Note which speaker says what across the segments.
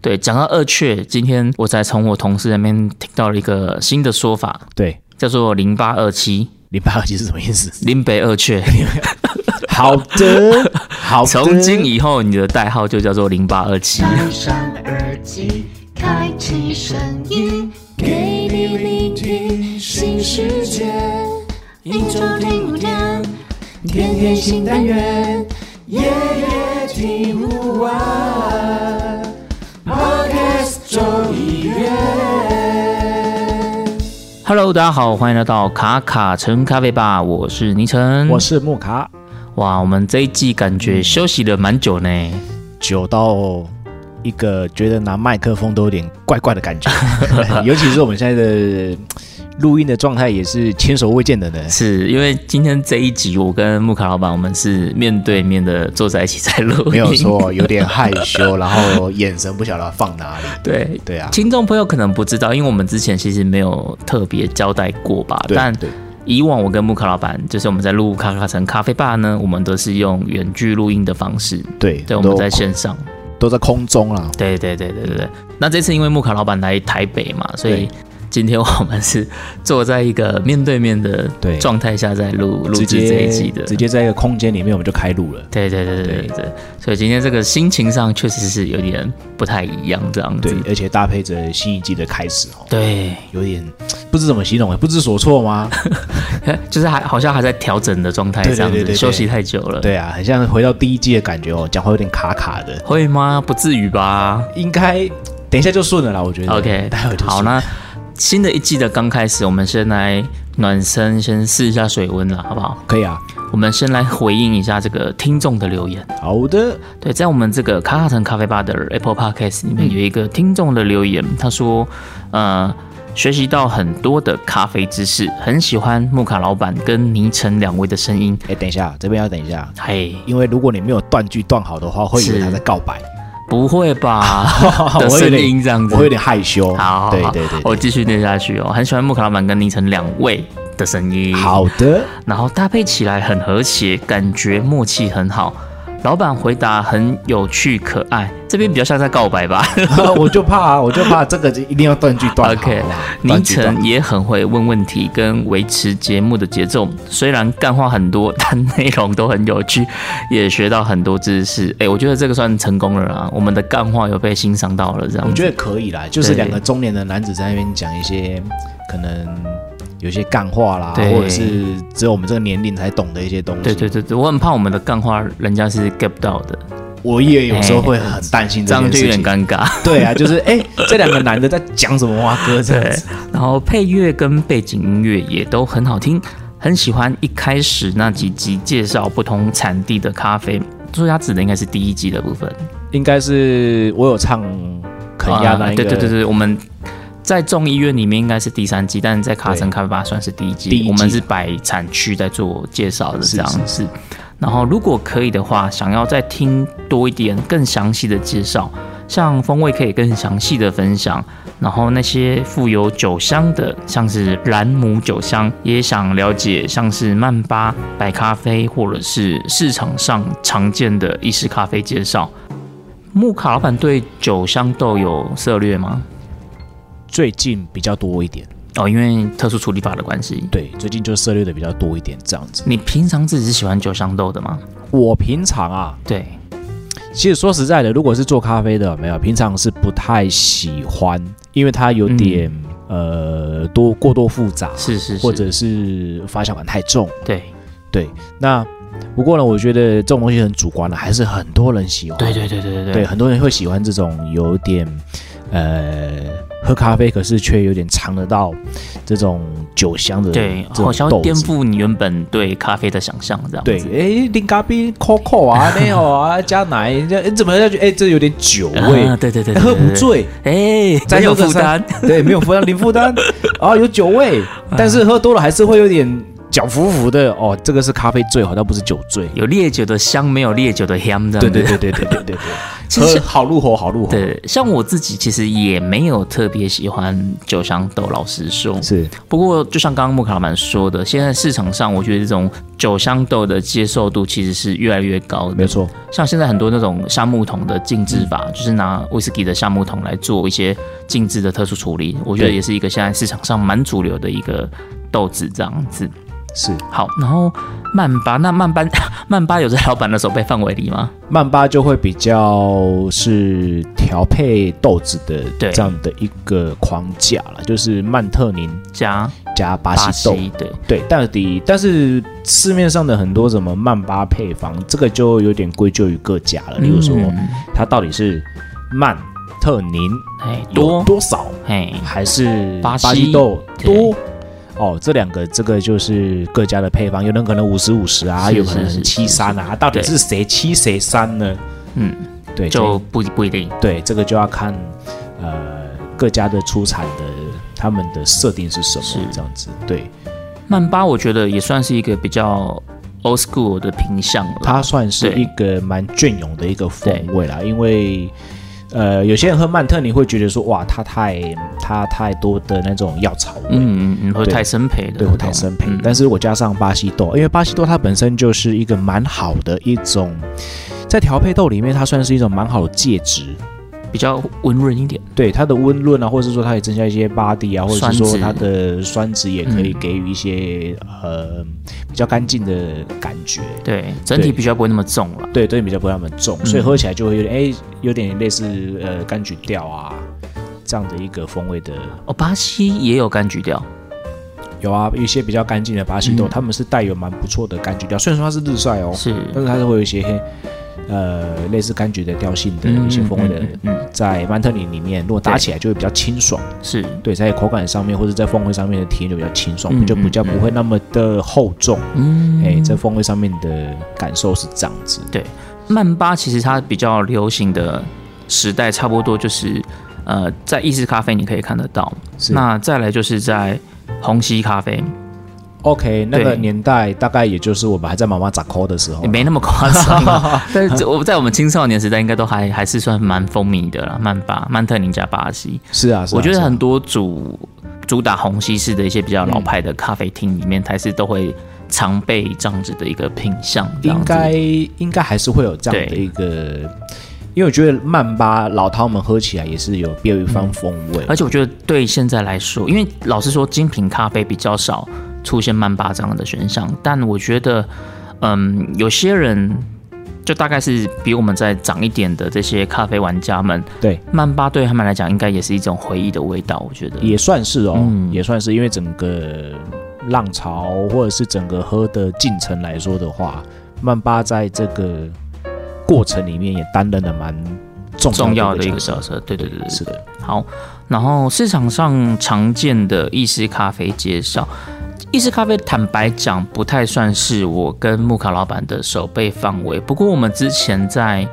Speaker 1: 对，讲到二雀，今天我才从我同事那边听到了一个新的说法，
Speaker 2: 对，
Speaker 1: 叫做零八二七
Speaker 2: 零八二七是什 么意思？
Speaker 1: 林北二雀。
Speaker 2: 好的，好的，
Speaker 1: 从今以后，你的代号就叫做零八二七。
Speaker 3: 戴上耳机，开启声音，给你聆听新世界。一周听五天，天天新单元，夜夜听不完。Podcast 中医院。
Speaker 1: Hello，大家好，欢迎来到卡卡城咖啡吧，我是倪晨。
Speaker 2: 我是木卡，
Speaker 1: 哇，我们这一季感觉休息了蛮久呢。
Speaker 2: 久到一个觉得拿麦克风都有点怪怪的 感觉， 尤其是我们现在的录音的状态也是前所未见的呢。
Speaker 1: 是因为今天这一集，我跟木卡老板，我们是面对面的坐在一起在录，
Speaker 2: 没有。错，有点害羞，然后眼神不晓得放哪里。
Speaker 1: 对，
Speaker 2: 对啊，
Speaker 1: 听众朋友可能不知道，因为我们之前其实没有特别交代过吧。
Speaker 2: 对
Speaker 1: 但
Speaker 2: 对
Speaker 1: 以往我跟木卡老板，就是我们在录卡卡城咖啡吧呢，我们都是用远距录音的方式，
Speaker 2: 对，
Speaker 1: 对，
Speaker 2: 都
Speaker 1: 我们在线上。
Speaker 2: 都在空中啊啦。
Speaker 1: 对对对对对对。那这次因为木卡老板来台北嘛，所以
Speaker 2: 对
Speaker 1: 今天我们是坐在一个面对面的
Speaker 2: 对
Speaker 1: 状态下在录录
Speaker 2: 直
Speaker 1: 制
Speaker 2: 接
Speaker 1: 这一集的，
Speaker 2: 直接在一个空间里面我们就开录了。
Speaker 1: 对对对对对对，所以今天这个心情上确实是有点不太一样，这样
Speaker 2: 对
Speaker 1: 子。，
Speaker 2: 而且搭配着新一季的开始哦，
Speaker 1: 对，
Speaker 2: 有点不知怎么形容，不知所措吗？
Speaker 1: 就是还好像还在调整的状态，
Speaker 2: 对对
Speaker 1: 这样
Speaker 2: 对对
Speaker 1: 子
Speaker 2: 对
Speaker 1: 休息太久了，
Speaker 2: 对啊，很像回到第一季的感觉哦，讲话有点卡卡的，
Speaker 1: 会吗？不至于吧
Speaker 2: 应该等一下就顺了啦，我觉得。
Speaker 1: ？OK，
Speaker 2: 待会就顺
Speaker 1: 好，那新的一季的刚开始，我们先来暖身，先试一下水温了，好不好？
Speaker 2: 可以啊。
Speaker 1: 我们先来回应一下这个听众的留言。
Speaker 2: 好的，
Speaker 1: 对，在我们这个卡卡城咖啡吧的 Apple Podcast 里面有一个听众的留言，他说，呃，学习到很多的咖啡知识，很喜欢木卡老板跟倪晨两位的声音。
Speaker 2: 哎，等一下，这边要等一下，
Speaker 1: 嘿，
Speaker 2: 因为如果你没有断句断好的话，会以为他在告 白，
Speaker 1: 不会吧的
Speaker 2: 我有
Speaker 1: 声
Speaker 2: 点
Speaker 1: 音这样子
Speaker 2: 我？有点害羞。
Speaker 1: 好，好
Speaker 2: 哦对
Speaker 1: 好
Speaker 2: 对对
Speaker 1: 我
Speaker 2: 对，
Speaker 1: 继续念下去哦。很喜欢木卡老板跟倪晨两位的声音。
Speaker 2: 好的，
Speaker 1: 然后搭配起来很和谐，感觉默契很好。老板回答很有趣可爱，这边比较像在告白吧。
Speaker 2: 我就怕啊，我就怕这个一定要断句断好
Speaker 1: OK，
Speaker 2: 好不好
Speaker 1: 倪
Speaker 2: 断句断好
Speaker 1: 晨也很会问问题跟维持节目的节奏，虽然干话很多，但内容都很有趣，也学到很多知识。哎、我觉得这个算成功了啦，我们的干话有被欣赏到了，这样子。
Speaker 2: 我觉得可以啦，就是
Speaker 1: 对
Speaker 2: 两个中年的男子在那边讲一些可能有些干话啦，
Speaker 1: 对
Speaker 2: 或者是只有我们这个年龄才懂的一些东西。
Speaker 1: 对对对对，我很怕我们的干话人家是 get 不到的，
Speaker 2: 我也有时候会很担心
Speaker 1: 哎这
Speaker 2: 这
Speaker 1: 样
Speaker 2: 件
Speaker 1: 就有
Speaker 2: 事
Speaker 1: 点尴
Speaker 2: 情。
Speaker 1: 尬。
Speaker 2: 对啊，就是哎、这两个男的在讲什么哇哥这样
Speaker 1: 对
Speaker 2: 子。，
Speaker 1: 然后配乐跟背景音乐也都很好听，很喜欢一开始那几集介绍不同产地的咖啡。最他指的应该是第一集的部分，
Speaker 2: 应该是我有唱肯亚那
Speaker 1: 啊
Speaker 2: 一个，
Speaker 1: 对对对对，我们在众议院里面应该是第三集，但是在卡森咖啡吧算是第一集。
Speaker 2: 第一集
Speaker 1: 我们是摆产区在做介绍的这样
Speaker 2: 是
Speaker 1: 子。然后如果可以的话，想要再听多一点更详细的介绍，像风味可以更详细的分享，然后那些富有酒香的，像是兰姆酒香，也想了解像是曼巴、白咖啡或者是市场上常见的意式咖啡介绍。木卡老板对酒香豆有涉略吗？
Speaker 2: 最近比较多一点，
Speaker 1: 哦，因为特殊处理法的关系。
Speaker 2: 对，最近就涉猎的比较多一点这样子。
Speaker 1: 你平常自己是喜欢酒香豆的吗？
Speaker 2: 我平常啊，
Speaker 1: 对，
Speaker 2: 其实说实在的，如果是做咖啡的，没有平常是不太喜欢，因为它有点、呃多过多复杂，
Speaker 1: 嗯是是是，
Speaker 2: 或者是发酵感太重。
Speaker 1: 对
Speaker 2: 对，那不过呢，我觉得这种东西很主观的，还是很多人喜欢。
Speaker 1: 对对对对对
Speaker 2: 对，很多人会喜欢这种有点，呃，喝咖啡可是却有点尝得到这种酒香的
Speaker 1: 对，
Speaker 2: 这
Speaker 1: 好
Speaker 2: 种
Speaker 1: 像会
Speaker 2: 豆
Speaker 1: 颠
Speaker 2: 子。
Speaker 1: 覆你原本对咖啡的想象，这样
Speaker 2: 对，
Speaker 1: 子。
Speaker 2: 哎，零咖啡 Coco 啊，没有啊，加奶，这诶怎么下去？哎，这有点酒味，
Speaker 1: 啊对对对，对
Speaker 2: 哎喝不，醉，
Speaker 1: 对对哎，
Speaker 2: 再
Speaker 1: 没有
Speaker 2: 喝个
Speaker 1: 负担，
Speaker 2: 三， 对，没有负担，零 负担，啊，有酒味，但是喝多了还是会有点脚浮浮的。哦，这个是咖啡醉，好像不是酒醉。
Speaker 1: 有烈酒的香，没有烈酒的香，这样子。
Speaker 2: 对对对对对对对对，
Speaker 1: 其实
Speaker 2: 喝好入喉，好入喉。
Speaker 1: 对，像我自己其实也没有特别喜欢酒香豆，老实说。
Speaker 2: 是
Speaker 1: 不过，就像刚刚木卡曼说的，现在市场上我觉得这种酒香豆的接受度其实是越来越高的。
Speaker 2: 没错，
Speaker 1: 像现在很多那种橡木桶的静置法，
Speaker 2: 嗯
Speaker 1: 就是拿威士忌的橡木桶来做一些静置的特殊处理，我觉得
Speaker 2: 对
Speaker 1: 也是一个现在市场上蛮主流的一个豆子这样子。
Speaker 2: 是
Speaker 1: 好，然后曼巴，那曼巴 曼巴有在老板的手背范围里吗？
Speaker 2: 曼巴就会比较是调配豆子的
Speaker 1: 对
Speaker 2: 这样的一个框架了，就是曼特宁
Speaker 1: 加
Speaker 2: 加巴
Speaker 1: 巴
Speaker 2: 西豆。
Speaker 1: 西，对，
Speaker 2: 对，但底但是市面上的很多什么曼巴配方，这个就有点归咎于各家了。例如说，
Speaker 1: 嗯
Speaker 2: 它到底是曼特宁
Speaker 1: 哎
Speaker 2: 有
Speaker 1: 多
Speaker 2: 多少，
Speaker 1: 哎，
Speaker 2: 还是
Speaker 1: 巴西
Speaker 2: 西豆
Speaker 1: 对
Speaker 2: 多？哦，这两个这个就是各家的配方，有人可能五十五十啊，
Speaker 1: 是
Speaker 2: 有可能
Speaker 1: 是是
Speaker 2: 七三啊，到底
Speaker 1: 对
Speaker 2: 是谁七谁三呢？
Speaker 1: 嗯，
Speaker 2: 对，
Speaker 1: 就不不一定。
Speaker 2: 对，这个就要看呃各家的出产的他们的设定是什
Speaker 1: 是
Speaker 2: 么，这样子。对，
Speaker 1: 曼巴我觉得也算是一个比较 old school 的品相了。
Speaker 2: 它算是
Speaker 1: 对
Speaker 2: 一个蛮隽永的一个风味啦，因为。呃，有些人喝曼特，你会觉得说，哇，它太它太多的那种药草味，
Speaker 1: 嗯嗯嗯，会
Speaker 2: 对
Speaker 1: 太生培的，嗯
Speaker 2: 对我太生培。但是我加上巴西豆，因为巴西豆它本身就是一个蛮好的一种，在调配豆里面，它算是一种蛮好的介质。
Speaker 1: 比较温润一点。
Speaker 2: 对它的温润啊，或者是说它也增加一些 body 啊，或者
Speaker 1: 酸
Speaker 2: 是
Speaker 1: 质嗯
Speaker 2: 说它的酸质也可以给予一些、呃比较干净的感觉。
Speaker 1: 对，整体
Speaker 2: 对
Speaker 1: 比较不会那么重了。
Speaker 2: 对，对，比较不会那么重，
Speaker 1: 嗯
Speaker 2: 所以喝起来就会有点哎、有点类似呃柑橘调啊这样的一个风味的。
Speaker 1: 哦，巴西也有柑橘调，
Speaker 2: 有啊，有一些比较干净的巴西豆，他们是带有蛮不错的柑橘调，虽然说它是日晒哦，
Speaker 1: 嗯是
Speaker 2: 但是它是会有一些黑呃类似柑橘的调性的
Speaker 1: 嗯
Speaker 2: 一些风味的，
Speaker 1: 嗯嗯嗯
Speaker 2: 在曼特林里面，如果搭起来就会比较清爽。
Speaker 1: 是
Speaker 2: 对，在口感上面或者在风味上面的体验就比较清爽，
Speaker 1: 嗯
Speaker 2: 就比较不会那么的厚重。
Speaker 1: 嗯，
Speaker 2: 哎、在风味上面的感受是这样子。
Speaker 1: 对。曼巴其实它比较流行的时代，差不多就是呃，在意式咖啡你可以看得到，
Speaker 2: 是哦
Speaker 1: 那再来就是在虹吸咖啡，
Speaker 2: OK，那个
Speaker 1: 对
Speaker 2: 年代大概也就是我们还在妈妈砸扣的时候
Speaker 1: 也，没那么夸张 啊，但是这我在我们青少年时代应该都还还是算蛮风靡的啦。曼巴、曼特宁加巴西，
Speaker 2: 是啊，是啊
Speaker 1: 我觉
Speaker 2: 是
Speaker 1: 得
Speaker 2: 啊嗯
Speaker 1: 很多主主打虹吸式的一些比较老牌的咖啡厅里面，还是都会常备这样子的一个品相。这样
Speaker 2: 应
Speaker 1: 子
Speaker 2: 该应该还是会有这样的
Speaker 1: 对
Speaker 2: 一个，因为我觉得曼巴老饕们喝起来也是有别有一番风味。
Speaker 1: 嗯而且我觉得对现在来说，因为老实说，精品咖啡比较少出现曼巴这样的选项，但我觉得，嗯，有些人就大概是比我们再长一点的这些咖啡玩家们，
Speaker 2: 对，
Speaker 1: 曼巴对他们来讲应该也是一种回忆的味道，我觉得。
Speaker 2: 也算是哦，
Speaker 1: 嗯
Speaker 2: 也算是，因为整个浪潮或者是整个喝的进程来说的话，曼巴在这个过程里面也担任了蛮重
Speaker 1: 重要的一
Speaker 2: 一
Speaker 1: 个
Speaker 2: 个
Speaker 1: 角色，对对对对，
Speaker 2: 是的，
Speaker 1: 好，然后市场上常见的意式咖啡介绍，意式咖啡坦白讲不太算是我跟木卡老板的手背范围。不过我们之前在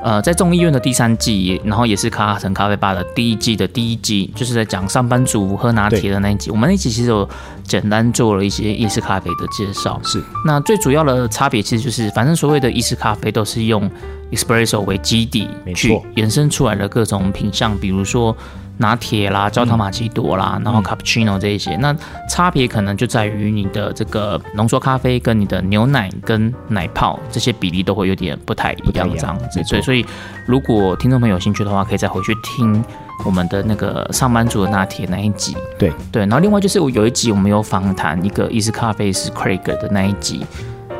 Speaker 1: 呃在众议院的第三季，然后也是卡卡城咖啡吧的第一季的第一季，就是在讲上班族喝拿铁的那一集。我们那一集其实有简单做了一些意式咖啡的介绍。
Speaker 2: 是
Speaker 1: 那最主要的差别其实就是，反正所谓的意式咖啡都是用 espresso 为基底
Speaker 2: 没错
Speaker 1: 去衍生出来的各种品相，比如说拿铁啦、焦糖玛奇朵啦，
Speaker 2: 嗯
Speaker 1: 然后 cappuccino 这一些。那差别可能就在于你的这个浓缩咖啡跟你的牛奶跟奶泡这些比例都会有点不太一
Speaker 2: 不太
Speaker 1: 样
Speaker 2: 一样
Speaker 1: 这样子
Speaker 2: 没。错
Speaker 1: 对，所以如果听众朋友有兴趣的话，可以再回去听我们的那个上班族的拿铁那一集。
Speaker 2: 对
Speaker 1: 对，然后另外就是我有一集我们有访谈一个意式咖啡是 Craig 的那一集，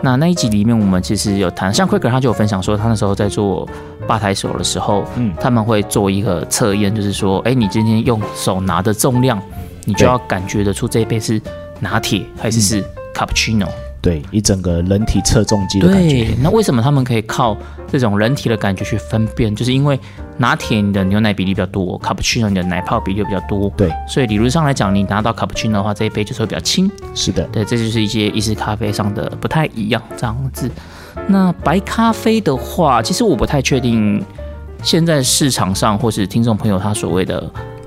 Speaker 1: 那那一集里面我们其实有谈，像 Craig 他就有分享说，他那时候在做吧台手的时候，
Speaker 2: 嗯
Speaker 1: 他们会做一个测验，就是说，哎，你今天用手拿的重量，你就
Speaker 2: 对嗯
Speaker 1: 要感觉得出这一杯是拿铁还是是 cappuccino。
Speaker 2: 对一整个人体测重机的感觉，
Speaker 1: 对，那为什么他们可以靠这种人体的感觉去分辨？就是因为拿铁你的牛奶比例比较多，cappuccino 你的奶泡比例比较多，
Speaker 2: 对，
Speaker 1: 所以理论上来讲，你拿到 cappuccino 的话，这一杯就是会比较轻。
Speaker 2: 是的，
Speaker 1: 对，这就是一些意式咖啡上的不太一样这样子。那白咖啡的话，其实我不太确定现在市场上或是听众朋友他所谓的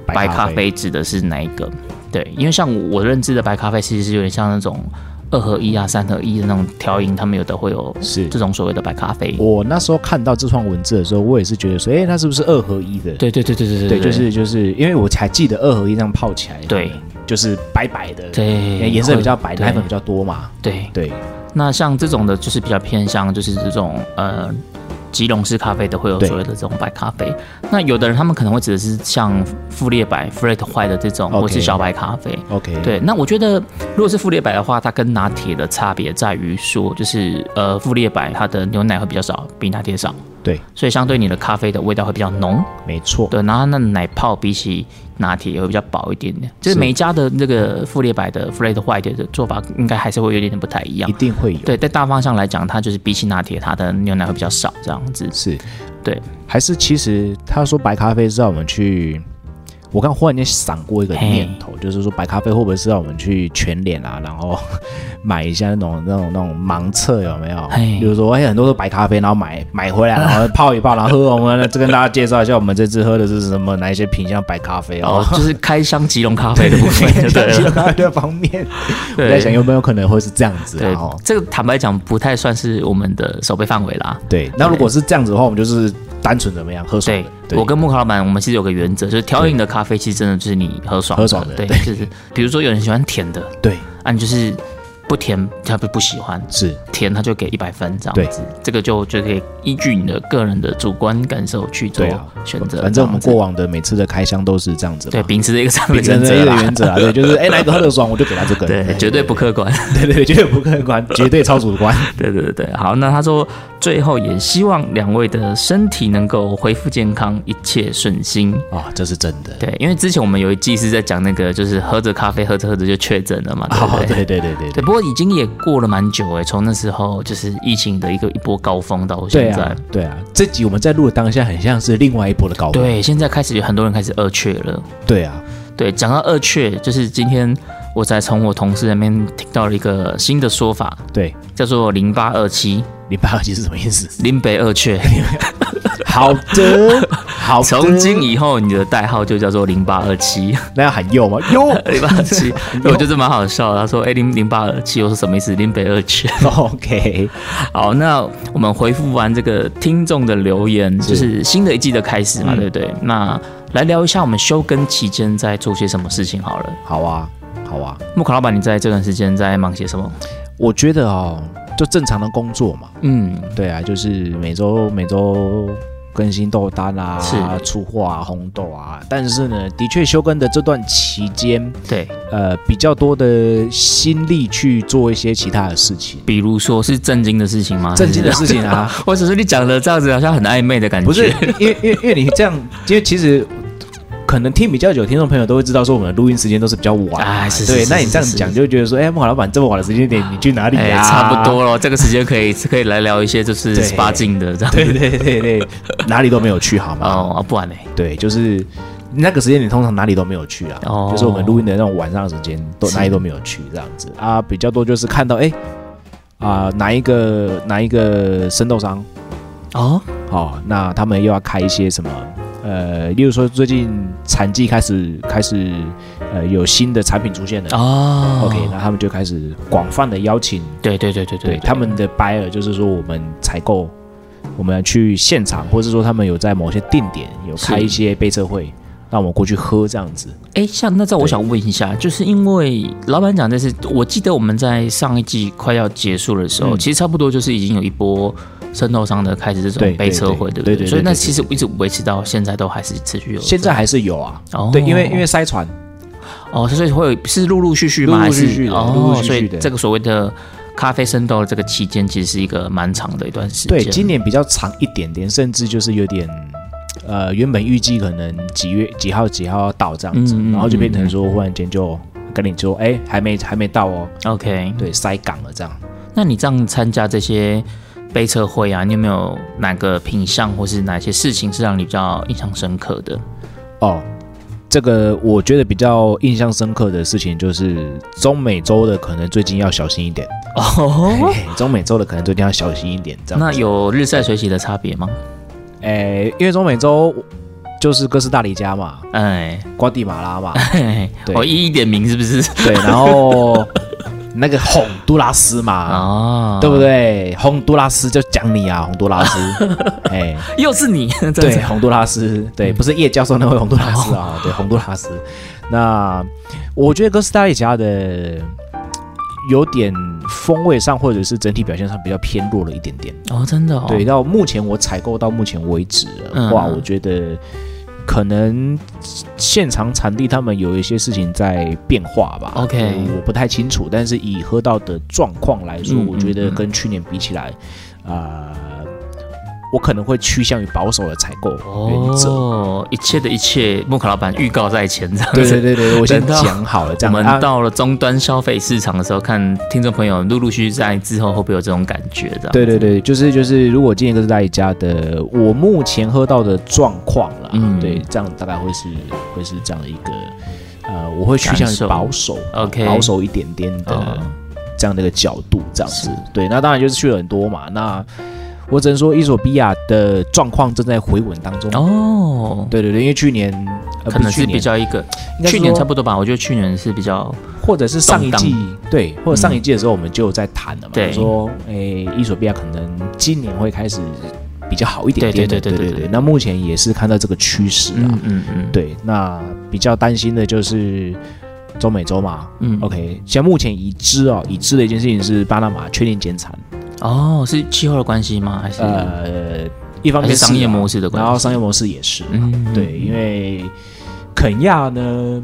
Speaker 1: 白
Speaker 2: 白咖
Speaker 1: 咖
Speaker 2: 啡
Speaker 1: 啡指的是哪一个？对，因为像我认知的白咖啡，其实是有点像那种二合一啊、三合一的那种调饮，他们有的会有
Speaker 2: 是
Speaker 1: 这种所谓的白咖啡。
Speaker 2: 我那时候看到这串文字的时候，我也是觉得说，哎、它是不是二合一的？
Speaker 1: 对对对对对
Speaker 2: 对，就是就是因为我才记得二合一这样泡起来，
Speaker 1: 对，
Speaker 2: 就是白白的，
Speaker 1: 对
Speaker 2: 颜色比较白，
Speaker 1: 对
Speaker 2: 奶粉比较多嘛，
Speaker 1: 对。
Speaker 2: 对，
Speaker 1: 那像这种的，就是比较偏向就是这种呃。吉隆式咖啡的会有
Speaker 2: 对
Speaker 1: 所谓的这种白咖啡，那有的人他们可能会指的是像富列白 （flat white） 的这种，
Speaker 2: OK
Speaker 1: 或是小白咖啡。
Speaker 2: OK，
Speaker 1: 对，那我觉得如果是富列白的话，它跟拿铁的差别在于说，就是呃，富列白它的牛奶会比较少，比拿铁少，
Speaker 2: 对，
Speaker 1: 所以相对你的咖啡的味道会比较浓。
Speaker 2: 没错，
Speaker 1: 对，然后它那奶泡比起拿铁也会比较薄一点点，就是
Speaker 2: 是
Speaker 1: 每一家的那个富列白的 flat white 的做法，应该还是会有一点点不太一样
Speaker 2: 一。定会有，
Speaker 1: 对，在大方向来讲，它就是比起拿铁，它的牛奶会比较少这样子。
Speaker 2: 是，
Speaker 1: 对，
Speaker 2: 还是其实他说白咖啡是让我们去。我刚忽然间闪过一个
Speaker 1: 嘿
Speaker 2: 念头，就是说白咖啡会不会是让我们去全脸啊，然后 买一下那种那种那种盲测有没有？
Speaker 1: 嘿
Speaker 2: 比如说，哎、很多都白咖啡，然后买买回来，然后泡一泡，然后喝。我们这跟大家介绍一下，我们这次喝的是什么，哪一些品相白咖啡
Speaker 1: 哦
Speaker 2: 哦。，
Speaker 1: 就是开箱吉隆咖啡的部分就对了。
Speaker 2: 咖啡的方面，我
Speaker 1: 对
Speaker 2: 在想有没有可能会是这样子啊
Speaker 1: 对
Speaker 2: 然后，
Speaker 1: 这个坦白讲不太算是我们的手背范围啦。
Speaker 2: 对，那如果是这样子的话，我们就是单纯怎么样喝水
Speaker 1: 对。我跟木卡老板，我们其实有个原则，就是调饮的咖啡其实真的就是你喝爽
Speaker 2: 喝爽的
Speaker 1: 对，就是比如说有人喜欢甜的，
Speaker 2: 对
Speaker 1: 啊，你就是不甜他不不喜欢，
Speaker 2: 是
Speaker 1: 甜他就给一百分这样子，这个就就可以依据你的个人的主观感受去做
Speaker 2: 对啊
Speaker 1: 选择。
Speaker 2: 反正我们
Speaker 1: 这样
Speaker 2: 过
Speaker 1: 子
Speaker 2: 往的每次的开箱都是这样子
Speaker 1: 对
Speaker 2: 嘛，
Speaker 1: 秉持着一个这样的
Speaker 2: 秉承
Speaker 1: 原
Speaker 2: 着
Speaker 1: 则
Speaker 2: 一个
Speaker 1: 啦，
Speaker 2: 原则啊，对，就是哎哪个喝的爽我就给他这个， 哎
Speaker 1: 对，绝对不客观。
Speaker 2: 对对对，绝对不客观，绝对超主观，
Speaker 1: 对对对对，好，那他说最后也希望两位的身体能够恢复健康，一切顺心。
Speaker 2: 啊，这是真的。
Speaker 1: 对，因为之前我们有一季是在讲那个，就是喝着咖啡喝着喝着就确诊了嘛，对不
Speaker 2: 哦
Speaker 1: 对？，
Speaker 2: 对对对对
Speaker 1: 对
Speaker 2: 对，
Speaker 1: 不过已经也过了蛮久哎，从那时候就是疫情的一个一波高峰到
Speaker 2: 对
Speaker 1: 现在
Speaker 2: 啊，，对啊，这集我们在录的当下很像是另外一波的高峰，
Speaker 1: 对，现在开始有很多人开始二确了。
Speaker 2: 对啊，
Speaker 1: 对，讲到二确，就是今天我才从我同事那边听到了一个新的说法，
Speaker 2: 对，
Speaker 1: 叫做零八二七
Speaker 2: 零八二七是什么 意思？
Speaker 1: 林北二确。
Speaker 2: 好的，好的，
Speaker 1: 从今以后，你的代号就叫做零八二 七，
Speaker 2: 那要喊右吗？右。
Speaker 1: 零八二 七，我觉得蛮好笑的。他说：“哎、零零八二七，我说什么意思？零北二 七。
Speaker 2: OK，”
Speaker 1: 好，那我们回复完这个听众的留言，就是新的一季的开始嘛，
Speaker 2: 嗯
Speaker 1: 对不对？那来聊一下我们休更期间在做些什么事情好了。
Speaker 2: 好啊，好啊。
Speaker 1: 木卡老板，你在这段时间在忙些什么？
Speaker 2: 我觉得哦，就正常的工作嘛，
Speaker 1: 嗯，
Speaker 2: 对啊，就是每周每周更新豆单啊，
Speaker 1: 是
Speaker 2: 出货啊，红豆啊。但是呢，的确休更的这段期间，
Speaker 1: 对，
Speaker 2: 呃，比较多的心力去做一些其他的事情，
Speaker 1: 比如说是震惊的事情吗？
Speaker 2: 正经的事情 啊
Speaker 1: 还。是。我只是你讲的这样子，好像很暧昧的感觉。
Speaker 2: 不是，因为因为因为你这样，因为其实可能听比较久，听众朋友都会知道，说我们的录音时间都是比较晚嘛。
Speaker 1: 哎是是
Speaker 2: 对，
Speaker 1: 是
Speaker 2: 那你
Speaker 1: 是
Speaker 2: 这样
Speaker 1: 是
Speaker 2: 讲就会觉得说，哎，木华老板这么晚的时间点，你去哪里
Speaker 1: 哎、
Speaker 2: 呀、
Speaker 1: 差不。多了，这个时间可以可以来聊一些就是
Speaker 2: 对
Speaker 1: 十八禁的这样
Speaker 2: 对对对对，哪里都没有去，好吗？
Speaker 1: 哦，啊不然呢？
Speaker 2: 对，就是那个时间你通常哪里都没有去啊，
Speaker 1: 哦
Speaker 2: 就是我们录音的那种晚上的时间都
Speaker 1: 是
Speaker 2: 哪里都没有去这样子啊，比较多就是看到哎啊、哪一个哪一个生豆商
Speaker 1: 哦，
Speaker 2: 哦，那他们又要开一些什么呃，例如说最近产季开始开始呃有新的产品出现了。
Speaker 1: 哦
Speaker 2: OK，那他们就开始广泛的邀请
Speaker 1: 对对对对对
Speaker 2: 对他们的 buyer，就是说我们采购，我们去现场，或是说他们有在某些定点有
Speaker 1: 是
Speaker 2: 开一些杯测会，让我们过去喝这样子。
Speaker 1: 哎，像那这我想问一下，就是因为老板讲这是，我记得我们在上一季快要结束的时候，
Speaker 2: 嗯
Speaker 1: 其实差不多就是已经有一波渗透商的开始这
Speaker 2: 对
Speaker 1: 种杯车会，对不
Speaker 2: 对对对对
Speaker 1: 所以
Speaker 2: 对
Speaker 1: 那
Speaker 2: 对
Speaker 1: 其实一直维持到现在都还是持续有。
Speaker 2: 现在还是有啊，
Speaker 1: 哦
Speaker 2: 对，因为因为塞船，
Speaker 1: 哦，所以会有是陆陆续续吗？
Speaker 2: 陆
Speaker 1: 还
Speaker 2: 陆
Speaker 1: 是
Speaker 2: 续续的
Speaker 1: 哦，
Speaker 2: 陆陆续续的
Speaker 1: 所以这个所谓的咖啡生豆的这个期间，其实是一个蛮长的一段时间。
Speaker 2: 对，今年比较长一点点，甚至就是有点。呃，原本预计可能几月几号几号要到这样子，
Speaker 1: 嗯嗯
Speaker 2: 然后就变
Speaker 1: 嗯
Speaker 2: 成说，忽然间就跟你说，哎、还没还没到哦，
Speaker 1: OK，
Speaker 2: 对，塞港了这样。
Speaker 1: 那你这样参加这些杯测会啊，你有没有哪个品相或是哪些事情是让你比较印象深刻的？
Speaker 2: 哦，这个我觉得比较印象深刻的事情就是中美洲的可能最近要小心一点，
Speaker 1: 哦，
Speaker 2: 嘿嘿中美洲的可能最近要小心一点这样。
Speaker 1: 那有日晒水洗的差别吗？
Speaker 2: 诶，因为中美洲就是哥斯达黎加嘛，
Speaker 1: 哎，
Speaker 2: 瓜地马拉嘛，
Speaker 1: 嘿嘿
Speaker 2: 对
Speaker 1: 我一一点名是不是？
Speaker 2: 对，然后那个洪都拉斯 嘛，
Speaker 1: 啊，
Speaker 2: 对不？对？洪都拉斯就讲你啊，洪都 拉斯，哎，
Speaker 1: 又是你， 真的
Speaker 2: 对，洪都拉斯，对，不是叶教授那位洪都拉斯啊、对，洪都拉斯。那我觉得哥斯达黎加的有点风味上，或者是整体表现上比较偏弱了一点点。
Speaker 1: 哦，真的哦，
Speaker 2: 对，到目前我采购到目前为止的话，
Speaker 1: 嗯
Speaker 2: 我觉得可能现场产地他们有一些事情在变化吧。
Speaker 1: OK
Speaker 2: 嗯我不太清楚，但是以喝到的状况来说，
Speaker 1: 嗯
Speaker 2: 我觉得
Speaker 1: 嗯嗯
Speaker 2: 跟去年比起来，啊、我可能会趋向于保守的采购原则。
Speaker 1: 哦，一切的一切，木卡老板预告在前，这样
Speaker 2: 对对
Speaker 1: 子。
Speaker 2: 对对，我先
Speaker 1: 等到
Speaker 2: 讲好了，这
Speaker 1: 我
Speaker 2: 样
Speaker 1: 们
Speaker 2: 啊
Speaker 1: 到了终端消费市场的时候，看听众朋友陆陆续续在之后会不会有这种感觉的？
Speaker 2: 对对对，就是就是，如果今年哥斯达黎加的，我目前喝到的状况啦，
Speaker 1: 嗯
Speaker 2: 对，这样大概会是会是这样的一个，呃，我会趋向
Speaker 1: 感
Speaker 2: 于
Speaker 1: 受
Speaker 2: 保守
Speaker 1: OK
Speaker 2: 保守一点点的、
Speaker 1: 哦
Speaker 2: 这样的一个角度，这样
Speaker 1: 是
Speaker 2: 子。对，那当然就是去了很多嘛，那我只能说，伊索比亚的状况正在回稳当中。
Speaker 1: 哦，
Speaker 2: 对对对，因为去年呃，
Speaker 1: 可
Speaker 2: 不
Speaker 1: 能
Speaker 2: 是去
Speaker 1: 是
Speaker 2: 年
Speaker 1: 比，较一个
Speaker 2: 应该
Speaker 1: 去年
Speaker 2: 说
Speaker 1: 差不多吧，我觉得去年是比较
Speaker 2: 或者是上一季
Speaker 1: 动
Speaker 2: 对，或者上一季的时候我们就有在谈了嘛，
Speaker 1: 对
Speaker 2: 说诶，伊索比亚可能今年会开始比较好一点点
Speaker 1: 对对
Speaker 2: 的，
Speaker 1: 对对
Speaker 2: 对
Speaker 1: 对对
Speaker 2: 那目前也是看到这个趋势啊，
Speaker 1: 嗯嗯嗯，
Speaker 2: 对，那比较担心的就是中美洲嘛。
Speaker 1: 嗯
Speaker 2: OK，像目前已知哦，已知的一件事情是巴拿马确定减产，
Speaker 1: 哦，是气候的关系吗？还是
Speaker 2: 呃，一方面
Speaker 1: 还是
Speaker 2: 是
Speaker 1: 商业
Speaker 2: 啊
Speaker 1: 模式的关系
Speaker 2: 然后商业模式也是，
Speaker 1: 嗯
Speaker 2: 对，因为肯亚呢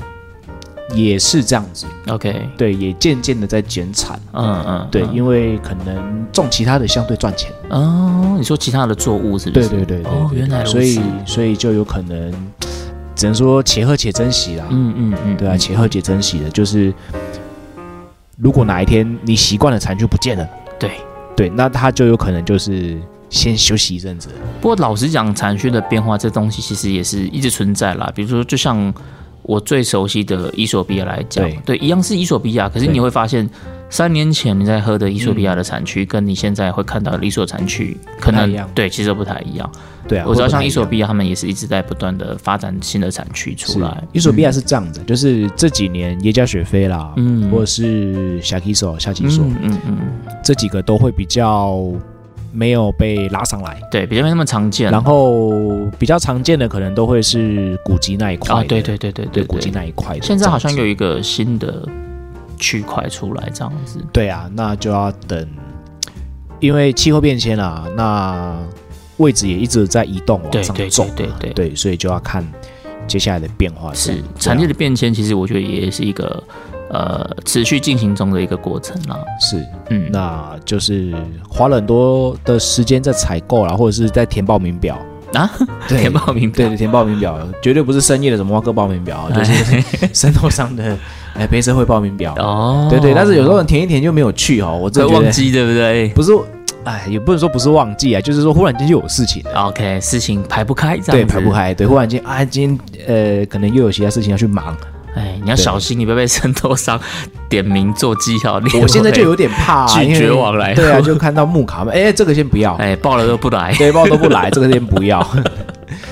Speaker 2: 也是这样子，
Speaker 1: OK，
Speaker 2: 对，也渐渐的在减产。
Speaker 1: 嗯嗯，
Speaker 2: 对，
Speaker 1: 嗯
Speaker 2: 因为可能种其他的相对赚钱。
Speaker 1: 哦，你说其他的作物是不是？
Speaker 2: 对对
Speaker 1: 哦，原来如此
Speaker 2: 所以所以就有可能，只能说且喝且珍惜啦。
Speaker 1: 嗯嗯嗯，
Speaker 2: 对啊，且喝且珍惜的，就是如果哪一天你习惯的产区不见了，
Speaker 1: 对。
Speaker 2: 对，那它就有可能就是先休息一阵子。
Speaker 1: 不过老实讲，产区的变化这东西其实也是一直存在啦。比如说，就像我最熟悉的伊索比亚来讲，对，一样是伊索比亚，可是
Speaker 2: 对嗯
Speaker 1: 你会发现，三年前你在喝的伊索比亚的产区，跟你现在会看到的伊索产区，可
Speaker 2: 不太
Speaker 1: 能
Speaker 2: 一样
Speaker 1: 对，其实都不太一样。
Speaker 2: 对啊，
Speaker 1: 我知道
Speaker 2: 会不会
Speaker 1: 像伊
Speaker 2: 一样
Speaker 1: 索比亚，他们也是一直在不断的发展新的产区出来
Speaker 2: 是。伊索比亚是这样子，就是这几年耶加雪菲啦，
Speaker 1: 嗯
Speaker 2: 或者是夏基索、夏基索、
Speaker 1: 嗯嗯嗯，
Speaker 2: 这几个都会比较没有被拉上来。
Speaker 1: 对，比较没那么常见。
Speaker 2: 然后比较常见的可能都会是古籍那一块
Speaker 1: 啊，
Speaker 2: 的
Speaker 1: 对对对对对
Speaker 2: 对古籍
Speaker 1: 对，
Speaker 2: 那一块的。
Speaker 1: 现在好像
Speaker 2: 这样子
Speaker 1: 有一个新的区块出来，这样子。
Speaker 2: 对啊，那就要等，因为气候变迁啊，那位置也一直在移动
Speaker 1: 对
Speaker 2: 往上
Speaker 1: 对
Speaker 2: 走啊
Speaker 1: 对，对对。
Speaker 2: 对，所以就要看接下来的变化这
Speaker 1: 是
Speaker 2: 样对啊
Speaker 1: 产业的变迁，其实我觉得也是一个呃持续进行中的一个过程啦。
Speaker 2: 是，
Speaker 1: 嗯，
Speaker 2: 那就是花了很多的时间在采购啦，或者是在填报名表
Speaker 1: 啊，
Speaker 2: 对
Speaker 1: 填报名表
Speaker 2: 对
Speaker 1: 哎
Speaker 2: 对，填报名表绝对不是深夜的什么蛙哥报名表啊，就是生活上的哎陪社会报名表
Speaker 1: 哦，
Speaker 2: 对对，但是有时候填一填就没有去哦，我真
Speaker 1: 会
Speaker 2: 的觉
Speaker 1: 忘
Speaker 2: 得
Speaker 1: 记，对不对
Speaker 2: 不是，哎，也不能说不是忘记啊，就是说忽然间就有事情了，
Speaker 1: ？OK，事情排不开，这
Speaker 2: 对，
Speaker 1: 样子
Speaker 2: 排不。开，对，忽然间啊，今天呃，可能又有其他事情要去忙，
Speaker 1: 哎，你要
Speaker 2: 对
Speaker 1: 小心，你不要被 渗透商点名做记号。你
Speaker 2: 我现在就有点怕、 啊，
Speaker 1: 拒绝
Speaker 2: 因为
Speaker 1: 往来
Speaker 2: 对啊， 就看到木卡嘛，哎，这个先不要，
Speaker 1: 哎报了都不来。
Speaker 2: 对，包都不 来，这个先不要。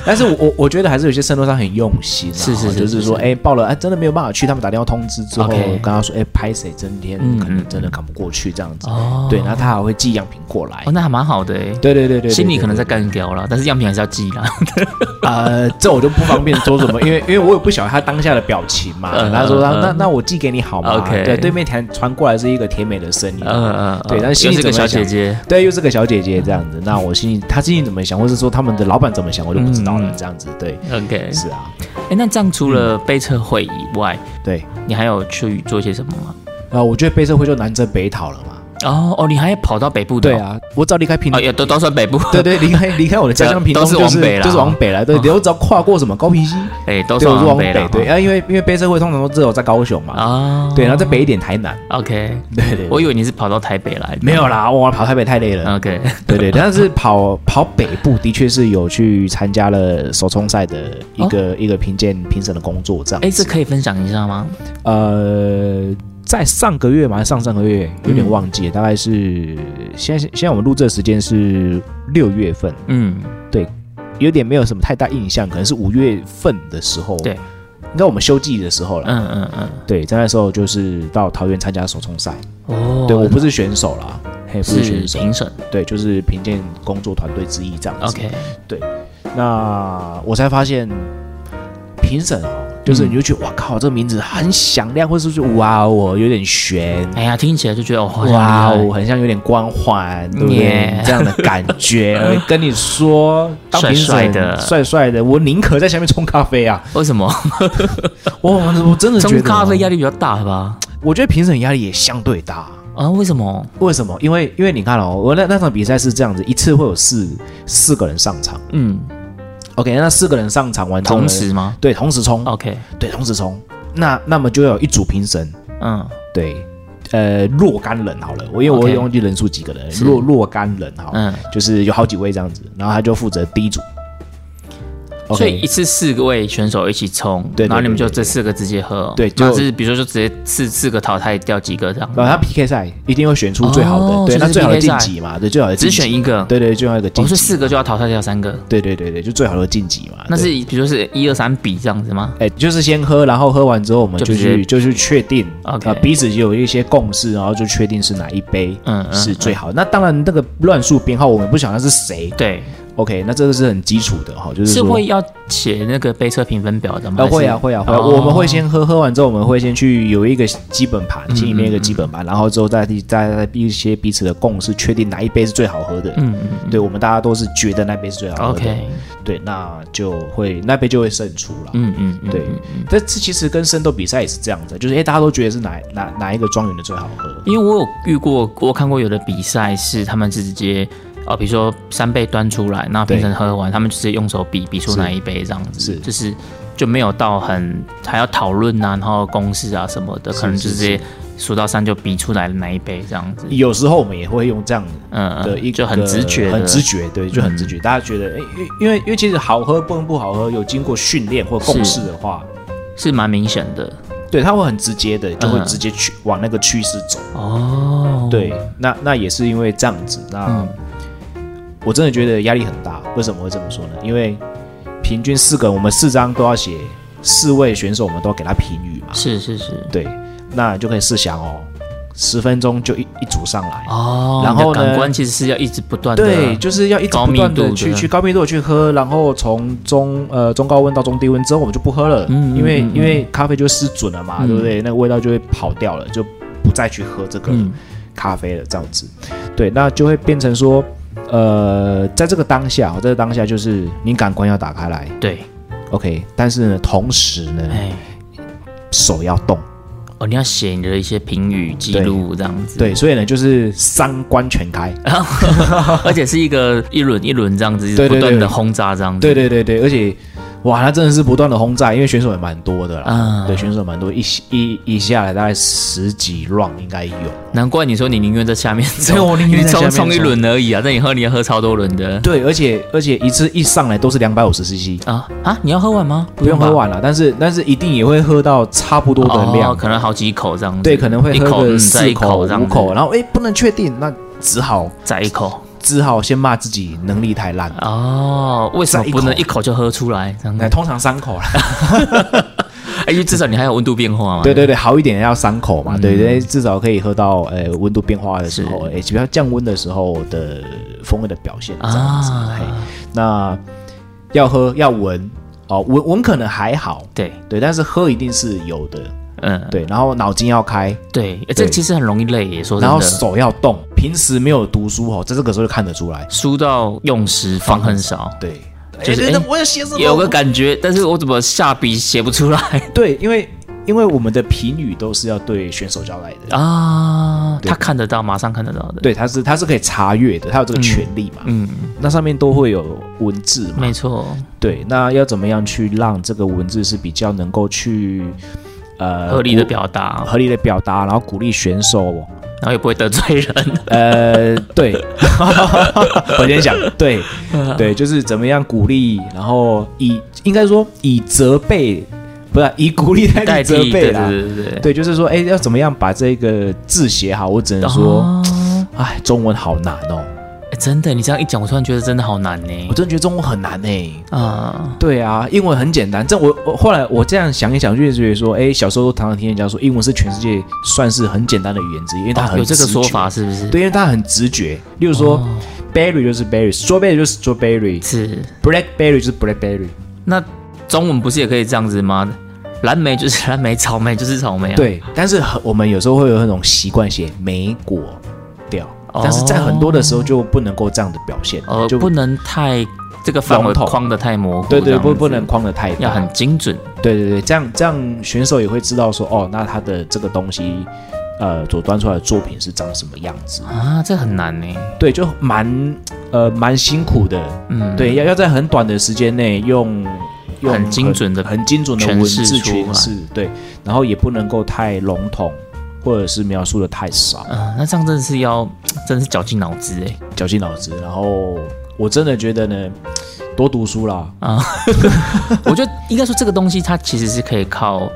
Speaker 2: 但是我我我觉得还是有些生活上很用心、啊，
Speaker 1: 是是是
Speaker 2: 就是说，
Speaker 1: 是
Speaker 2: 哎、报了，哎、真的没有办法去，他们打电话通知之后
Speaker 1: OK
Speaker 2: 跟他说，哎、拍谁，今天
Speaker 1: 嗯
Speaker 2: 可
Speaker 1: 嗯
Speaker 2: 能真的赶不过去这样子，
Speaker 1: 哦，
Speaker 2: 对，然后他还会寄样品过来，
Speaker 1: 哦，那还蛮好的哎。
Speaker 2: 对对对对对，
Speaker 1: 心里可能
Speaker 2: 对
Speaker 1: 在干掉了，但是样品还是要记啦。
Speaker 2: 呃，这我就不方便说什么，因为因 为我也不晓得他当下的表情嘛。
Speaker 1: 嗯
Speaker 2: 他说他
Speaker 1: 嗯
Speaker 2: 那那我寄给你好吗
Speaker 1: OK
Speaker 2: 对，对面传传过来是一个甜美的声音。
Speaker 1: 嗯嗯，
Speaker 2: 对但是
Speaker 1: 又
Speaker 2: 心里
Speaker 1: 是个
Speaker 2: 怎么
Speaker 1: 小姐
Speaker 2: 会想
Speaker 1: 姐，
Speaker 2: 对，又是个小姐姐这样子，那我心里她心里怎么想，或是说他们的老板怎么想，我就不知道了。
Speaker 1: 嗯
Speaker 2: 这样子，对，
Speaker 1: OK，
Speaker 2: 是嗯啊，
Speaker 1: 哎，那这样除了杯测会以外，
Speaker 2: 对。
Speaker 1: 你还有去做些什么吗？
Speaker 2: 啊，我觉得背社会就南征北讨了嘛。
Speaker 1: 哦哦，你还跑到北部的哦？
Speaker 2: 对啊，我只要离开平
Speaker 1: 哦，，也都都算北部，
Speaker 2: 对对，离开离开我的 家乡平东，
Speaker 1: 都是
Speaker 2: 就
Speaker 1: 往
Speaker 2: 是
Speaker 1: 北啦
Speaker 2: 就是往北来。对，我只要跨过什么高平溪，
Speaker 1: 哎，都
Speaker 2: 对，
Speaker 1: 算
Speaker 2: 我是往
Speaker 1: 北
Speaker 2: 北
Speaker 1: 了。。
Speaker 2: 对，
Speaker 1: 哈
Speaker 2: 啊，因为因为背社会通常都只有在高雄嘛。
Speaker 1: 啊，
Speaker 2: 对，然后再北一点台南。
Speaker 1: OK，
Speaker 2: 对对对，
Speaker 1: 我以为你是跑到台北来，
Speaker 2: 没有啦，我跑台北太累了。
Speaker 1: OK，
Speaker 2: 对对， 但是跑跑北部的确是有去参加了手冲赛的一个、
Speaker 1: 哦
Speaker 2: 一个评鉴评审的工作，这样。
Speaker 1: 哎，这可以分享一下吗？
Speaker 2: 呃，在上个月嘛，还是上上个月有点忘
Speaker 1: 嗯
Speaker 2: 记了，大概是现在现在我们录这个时间是六月份，
Speaker 1: 嗯，
Speaker 2: 有点没有什么太大印象，可能是五月份的时候，
Speaker 1: 对，
Speaker 2: 应该我们休季的时候了。
Speaker 1: 嗯嗯嗯，
Speaker 2: 对，在那时候就是到桃园参加手冲赛。
Speaker 1: 哦，
Speaker 2: 对我不是选手啦，嘿，不是
Speaker 1: 是
Speaker 2: 选手，
Speaker 1: 评审
Speaker 2: 对，就是评鉴工作团队之一这样子。
Speaker 1: ，OK，
Speaker 2: 那我才发现评审哦，
Speaker 1: 嗯
Speaker 2: 就是你就觉得、哇靠，这个名字很响亮，或是说哇哦，有点悬，
Speaker 1: 哎呀，听起来就觉得哦，好像
Speaker 2: 哇
Speaker 1: 很厉
Speaker 2: 哦，
Speaker 1: 害
Speaker 2: 很像有点光环，对不对
Speaker 1: Yeah
Speaker 2: 这样的感觉，我跟你说， 当评审
Speaker 1: 帅帅的
Speaker 2: 帅帅的，我宁可在下面冲咖啡啊！
Speaker 1: 欸为什么？
Speaker 2: 哇，我真的觉
Speaker 1: 中
Speaker 2: 得
Speaker 1: 咖啡压
Speaker 2: 力，
Speaker 1: 力比较大吧？
Speaker 2: 我觉得评审压力也相对大。
Speaker 1: 啊，为什么？
Speaker 2: 为什么？因为因为你看哦，我那那场比赛是这样子，一次会有四四个人上场。
Speaker 1: 嗯，
Speaker 2: OK，那四个人上场完之后呢
Speaker 1: 同时吗哦
Speaker 2: 对同时冲，
Speaker 1: ？OK，
Speaker 2: 对同时冲。那那么就要有一组评审，
Speaker 1: 嗯，
Speaker 2: 对，呃，若干人好了，我因为我
Speaker 1: OK
Speaker 2: 忘记人数几个人，
Speaker 1: 是
Speaker 2: 若若干人哈，
Speaker 1: 嗯
Speaker 2: 就是有好几位这样子，然后他就负责第一组。
Speaker 1: 所以
Speaker 2: OK，
Speaker 1: 一次四位选手一起冲，
Speaker 2: 对对
Speaker 1: 然后你们
Speaker 2: 对
Speaker 1: 就
Speaker 2: 对
Speaker 1: 这四个直接喝，
Speaker 2: 对就啊
Speaker 1: 那是比如说就直接四四个淘汰掉几个这样，
Speaker 2: 然后他 PK 赛一定会选出最好的，
Speaker 1: 哦
Speaker 2: 对，
Speaker 1: 就是
Speaker 2: 那最好的
Speaker 1: PK
Speaker 2: 晋
Speaker 1: 赛
Speaker 2: 级嘛，对，最好的
Speaker 1: 只
Speaker 2: 晋级
Speaker 1: 选一个，
Speaker 2: 对对，最好的晋
Speaker 1: 哦，
Speaker 2: 级，
Speaker 1: 所以四个就要淘汰掉三个，
Speaker 2: 对对对对，就最好的晋级嘛。
Speaker 1: 那
Speaker 2: 对
Speaker 1: 是比如说是一二三比这样子吗？
Speaker 2: 哎、就是先喝，然后喝完之后，我们
Speaker 1: 就
Speaker 2: 就
Speaker 1: 直接
Speaker 2: 去就去确定
Speaker 1: OK
Speaker 2: 呃彼此就有一些共识，然后就确定是哪一杯
Speaker 1: 嗯嗯
Speaker 2: 是最好。那当然，那个乱数编号我们不晓得是谁。
Speaker 1: 对，
Speaker 2: OK，那这个是很基础的哈，就是
Speaker 1: 是
Speaker 2: 说
Speaker 1: 会要写那个杯测评分表的吗？
Speaker 2: 呃会啊
Speaker 1: 还是
Speaker 2: 会啊会啊，
Speaker 1: 哦
Speaker 2: 我们会先喝，喝完之后我们会先去有一个基本盘，心里面
Speaker 1: 嗯
Speaker 2: 有一个基本盘，然后之后再再再一些彼此的共识，确定哪一杯是最好喝的。
Speaker 1: 嗯嗯嗯
Speaker 2: 对我们大家都是觉得那杯是最好喝的
Speaker 1: ，OK，
Speaker 2: 对，那就会那杯就会胜出了。
Speaker 1: 嗯嗯嗯，
Speaker 2: 对，这这其实跟圣斗比赛也是这样子，就是哎、诶大家都觉得是哪哪哪一个庄园的最好喝，
Speaker 1: 因为我有遇过，我看过有的比赛是他们是直接，呃，比如说三杯端出来，那评审喝完，他们直接用手比比出哪一杯这样子，
Speaker 2: 是
Speaker 1: 就是就没有到很还要讨论啊，然后公式啊什么的，可能就直接数到三就比出来了哪一杯这样子，
Speaker 2: 有时候我们也会用这样
Speaker 1: 嗯，
Speaker 2: 的一
Speaker 1: 嗯
Speaker 2: 个
Speaker 1: 就很直觉的，嗯
Speaker 2: 很直觉，对，就很直觉。大家觉得，哎、因为因为其实好喝不跟不好喝，有经过训练或共识的话，
Speaker 1: 是蛮明显的
Speaker 2: 对，他会很直接的，就会
Speaker 1: 嗯
Speaker 2: 直接去、往那个趋势走。
Speaker 1: 哦，
Speaker 2: 对，那那也是因为这样子，那、
Speaker 1: 嗯
Speaker 2: 我真的觉得压力很大。为什么会这么说呢？因为平均四个人，我们四张都要写四位选手，我们都要给他评语嘛。
Speaker 1: 是是是，
Speaker 2: 对，那你就可以试想哦，十分钟就一一组上来，
Speaker 1: 哦，
Speaker 2: 然后
Speaker 1: 你的
Speaker 2: 呢
Speaker 1: 感官其实是要一直不断的，
Speaker 2: 对，就是要一直
Speaker 1: 高
Speaker 2: 不
Speaker 1: 密
Speaker 2: 断的
Speaker 1: 度
Speaker 2: 去
Speaker 1: 的
Speaker 2: 去高密度地去喝，然后从中呃中高温到中低温之后，我们就不喝了，
Speaker 1: 嗯嗯
Speaker 2: 因为、
Speaker 1: 嗯嗯
Speaker 2: 因为咖啡就失准了嘛，
Speaker 1: 嗯
Speaker 2: 对不对？那个味道就会跑掉了，就不再去喝这个
Speaker 1: 嗯
Speaker 2: 咖啡了，这样子，对，那就会变成说。呃，在这个当下，在这个当下就是你感官要打开来
Speaker 1: 对，
Speaker 2: ，OK，但是呢，同时呢，
Speaker 1: 哎。
Speaker 2: 手要动，
Speaker 1: 哦，你要写你的一些评语记录这样子，
Speaker 2: 对，所以呢，就是三关全开，
Speaker 1: 而且是一个一轮一轮这样子，一直
Speaker 2: 对
Speaker 1: 不
Speaker 2: 对
Speaker 1: 断的
Speaker 2: 对
Speaker 1: 轰炸这样子。
Speaker 2: 对对对对，而且哇，他真的是不断的轰炸，因为选手也蛮多的啦，
Speaker 1: 嗯
Speaker 2: 对，选手蛮多，一一一下来大概十几 round 应该有。
Speaker 1: 难怪你说你宁愿在下面冲，
Speaker 2: 对我宁
Speaker 1: 因
Speaker 2: 愿
Speaker 1: 为
Speaker 2: 在下
Speaker 1: 冲冲
Speaker 2: 面
Speaker 1: 一
Speaker 2: 冲
Speaker 1: 轮而已啊，那你喝你要喝超多轮的
Speaker 2: 对，而且而且一次一上来都是两百五十 CC，
Speaker 1: 啊啊！你要喝完吗？
Speaker 2: 不用
Speaker 1: 吧
Speaker 2: 喝完了，但是但是一定也会喝到差不多的量，
Speaker 1: 哦，可能好几口这样子。
Speaker 2: 对，可能会
Speaker 1: 一
Speaker 2: 喝
Speaker 1: 口
Speaker 2: 个
Speaker 1: 嗯再
Speaker 2: 四
Speaker 1: 一
Speaker 2: 口、
Speaker 1: 口这样
Speaker 2: 五
Speaker 1: 子
Speaker 2: 口，，然后哎不能确定，那只好
Speaker 1: 再一口。
Speaker 2: 只好先骂自己能力太烂，
Speaker 1: 哦，为什么
Speaker 2: 再一
Speaker 1: 不
Speaker 2: 口
Speaker 1: 能一口就喝出来这样
Speaker 2: 那
Speaker 1: 子？
Speaker 2: 通常三口啦。
Speaker 1: 哎因为至少你还有温度变化嘛。
Speaker 2: 对对对，好一点要三口
Speaker 1: 嗯
Speaker 2: 嘛，对对，至少可以喝到呃温度变化的时候，诶，比较降温的时候的风味的表现这样子。
Speaker 1: 啊
Speaker 2: 嘿那要喝要闻哦，闻闻可能还好，
Speaker 1: 对，
Speaker 2: 对，但是喝一定是有的，
Speaker 1: 嗯
Speaker 2: 对，然后脑筋要开，
Speaker 1: 对，哎这
Speaker 2: 对
Speaker 1: 其实很容易累耶，说真
Speaker 2: 然后
Speaker 1: 的，
Speaker 2: 手要动，平时没有读书哦，在这个时候就看得出来，
Speaker 1: 输到用时方恨少。
Speaker 2: 对。
Speaker 1: 就是
Speaker 2: 诶对
Speaker 1: 诶
Speaker 2: 我要写什么？
Speaker 1: 有个感觉，但是我怎么下笔写不出来
Speaker 2: 对，因为因为我们的评语都是要对选手交代的，
Speaker 1: 啊？
Speaker 2: 对
Speaker 1: 他看得到，马上看得到的。，
Speaker 2: 对，他是他是可以查阅的，他有这个权利嘛。
Speaker 1: 嗯，
Speaker 2: 那上面都会有文字嘛。
Speaker 1: 没错，
Speaker 2: 对，那要怎么样去让这个文字是比较能够去呃
Speaker 1: 合理的
Speaker 2: 鼓
Speaker 1: 表达，
Speaker 2: 合理的表达，然后鼓励选手。
Speaker 1: 然后也不会得罪 人。
Speaker 2: 呃， 对， 我先想，对对，就是怎么样鼓励，然后以应该说以责备，不是以鼓励代
Speaker 1: 代
Speaker 2: 替责
Speaker 1: 替，
Speaker 2: 备
Speaker 1: 对对
Speaker 2: 啦。
Speaker 1: 对对对。
Speaker 2: 对，就是说，哎，要怎么样把这个字写好？我只能说，
Speaker 1: 哦
Speaker 2: 哎，中文好难哦。
Speaker 1: 哎真的，你这样一讲，我突然觉得真的好难呢
Speaker 2: 我。真的觉得中文很难呢、欸
Speaker 1: 啊，
Speaker 2: 对啊，英文很简单。这我我后来我这样想一想，就觉得说，哎，小时候常常听人家说，英文是全世界算是很简单的语言之一，因为它
Speaker 1: 哦
Speaker 2: 很
Speaker 1: 有这个
Speaker 2: 直觉
Speaker 1: 说法，哦是不是？
Speaker 2: 对，因为它很直觉。例如说、b e r r y 就是 berry，strawberry 就是 strawberry，blackberry
Speaker 1: 是。
Speaker 2: 就是 blackberry。
Speaker 1: 那中文不是也可以这样子吗？蓝莓就是 蓝莓，草莓就是草莓啊。，
Speaker 2: 对，但是很我们有时候会有那种习惯写莓果调，
Speaker 1: 哦
Speaker 2: 但是在很多的时候就不能够这样的表现，
Speaker 1: 呃，
Speaker 2: 就
Speaker 1: 哦不能太这个范围
Speaker 2: 笼统
Speaker 1: 框的太模糊，
Speaker 2: 对
Speaker 1: 这
Speaker 2: 对
Speaker 1: 样子
Speaker 2: 不不能框的太大，
Speaker 1: 要很精准。
Speaker 2: 对对对，这样这样选手也会知道说，哦，那他的这个东西，呃，所端出来的作品是长什么样子。
Speaker 1: 啊，这很难呢。
Speaker 2: 对，就蛮呃蛮辛苦的，
Speaker 1: 嗯，
Speaker 2: 对，要要在很短的时间内用用
Speaker 1: 很精准的
Speaker 2: 很精准的
Speaker 1: 诠
Speaker 2: 文
Speaker 1: 释
Speaker 2: 字
Speaker 1: 出
Speaker 2: 诠
Speaker 1: 来
Speaker 2: 释，对，然后也不能够太笼统，或者是描述的太少。
Speaker 1: 啊，那这样真的是要，真的是绞尽脑汁哎。
Speaker 2: 绞尽脑汁。然后我真的觉得呢，多读书啦，
Speaker 1: 嗯 我觉得应该说这个东西它其实是可以靠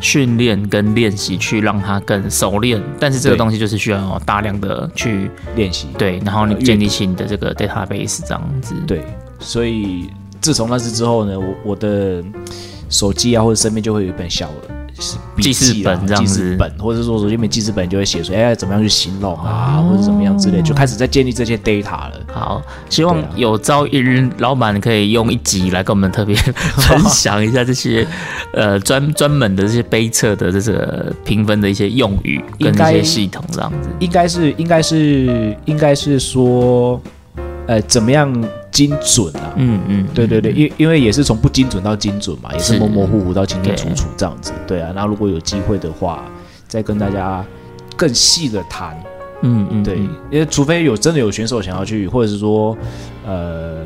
Speaker 1: 训练跟练习去让它更熟练，但是这个
Speaker 2: 对
Speaker 1: 东西就是需要大量的去
Speaker 2: 练习。
Speaker 1: 对，然后
Speaker 2: 呃
Speaker 1: 你
Speaker 2: 阅
Speaker 1: 建立起你的这个 database 这样子。
Speaker 2: 对，所以自从那次之后呢，我我的手机啊或者身边就会有一本小笔
Speaker 1: 记事
Speaker 2: 啦
Speaker 1: 本这样
Speaker 2: 记
Speaker 1: 子
Speaker 2: 事本，或者说手机里面记事本就会写说，哎，怎么样去形容啊，或者怎么样
Speaker 1: 哦
Speaker 2: 之类，就开始在建立这些 data 了。
Speaker 1: 好，希
Speaker 2: 对啊
Speaker 1: 望有朝一日，老板可以用一集来跟我们特别分享一下这些，呃，专专门的这些杯测的这个评分的一些用语跟
Speaker 2: 应
Speaker 1: 一
Speaker 2: 该
Speaker 1: 些系统这样子。
Speaker 2: 应该是应该是应该是说，呃，怎么样精准啊？
Speaker 1: 嗯嗯，
Speaker 2: 对对对，因因为也是从不精准到精准嘛，也是
Speaker 1: 是
Speaker 2: 模模糊糊到清清楚
Speaker 1: 对
Speaker 2: 楚这样子。对啊，那如果有机会的话，再跟大家更细的谈。
Speaker 1: 嗯嗯，
Speaker 2: 对，
Speaker 1: 嗯
Speaker 2: 因为除非有真的有选手想要去，或者是说，呃。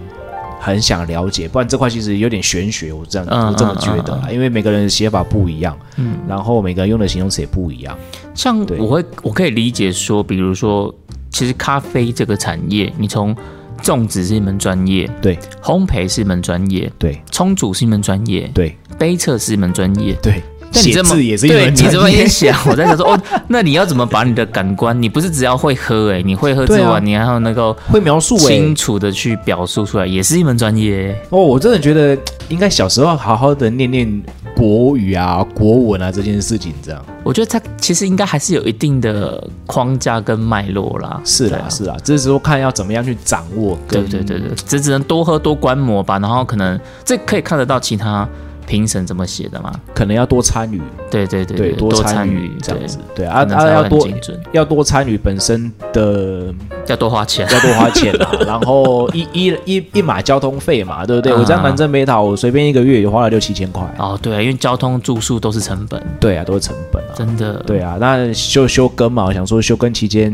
Speaker 2: 很想了解，不然这块其实有点玄学，我这样、
Speaker 1: 嗯
Speaker 2: 我这么觉得啦，因为每个人的写法不一样，
Speaker 1: 嗯
Speaker 2: 然后每个人用的形容词也不一样，
Speaker 1: 像
Speaker 2: 对
Speaker 1: 我会我可以理解说，比如说，其实咖啡这个产业，你从种植是一门专业，
Speaker 2: 对
Speaker 1: 烘焙是一门专业，
Speaker 2: 对
Speaker 1: 冲煮是一门专业，
Speaker 2: 对
Speaker 1: 杯测是一门专业，
Speaker 2: 对，
Speaker 1: 但你
Speaker 2: 写
Speaker 1: 这么
Speaker 2: 字也是一
Speaker 1: 对
Speaker 2: 门
Speaker 1: 你
Speaker 2: 专
Speaker 1: 这么
Speaker 2: 业
Speaker 1: 一，想，我在想说，哦，那你要怎么把你的感官？你不是只要会喝、哎，你会喝之
Speaker 2: 对
Speaker 1: 外，
Speaker 2: 啊
Speaker 1: 你还要能够
Speaker 2: 会描述哎、
Speaker 1: 清楚的去表述出来，也是一门专业、哎
Speaker 2: 哦，我真的觉得应该小时候好好的念念国语啊、国文啊这件事情，这样
Speaker 1: 我觉得它其实应该还是有一定的框架跟脉络啦。
Speaker 2: 是
Speaker 1: 对
Speaker 2: 啦、
Speaker 1: 啊
Speaker 2: 是啦，这时候看要怎么样去掌握
Speaker 1: 对
Speaker 2: 跟，
Speaker 1: 对对对，只只能多喝多观摩吧，然后可能这可以看得到其他评审怎么写的嘛。
Speaker 2: 可能要多参与，
Speaker 1: 对对对
Speaker 2: 对，
Speaker 1: 多
Speaker 2: 参
Speaker 1: 与
Speaker 2: 这样
Speaker 1: 对
Speaker 2: 子，对啊
Speaker 1: 可能才
Speaker 2: 啊
Speaker 1: 会
Speaker 2: 要
Speaker 1: 很
Speaker 2: 多
Speaker 1: 精准，
Speaker 2: 要多参与本身的
Speaker 1: 要多花钱。
Speaker 2: 要多花钱 啦，然后一一一一码交通费嘛，对不
Speaker 1: 啊
Speaker 2: 对？我这样南征北讨，我随便一个月也花了六七千块，
Speaker 1: 哦，对，因为交通、住宿都是成本，
Speaker 2: 对啊，都是成本啊。
Speaker 1: 真的。
Speaker 2: 对啊，那休休更嘛，我想说休更期间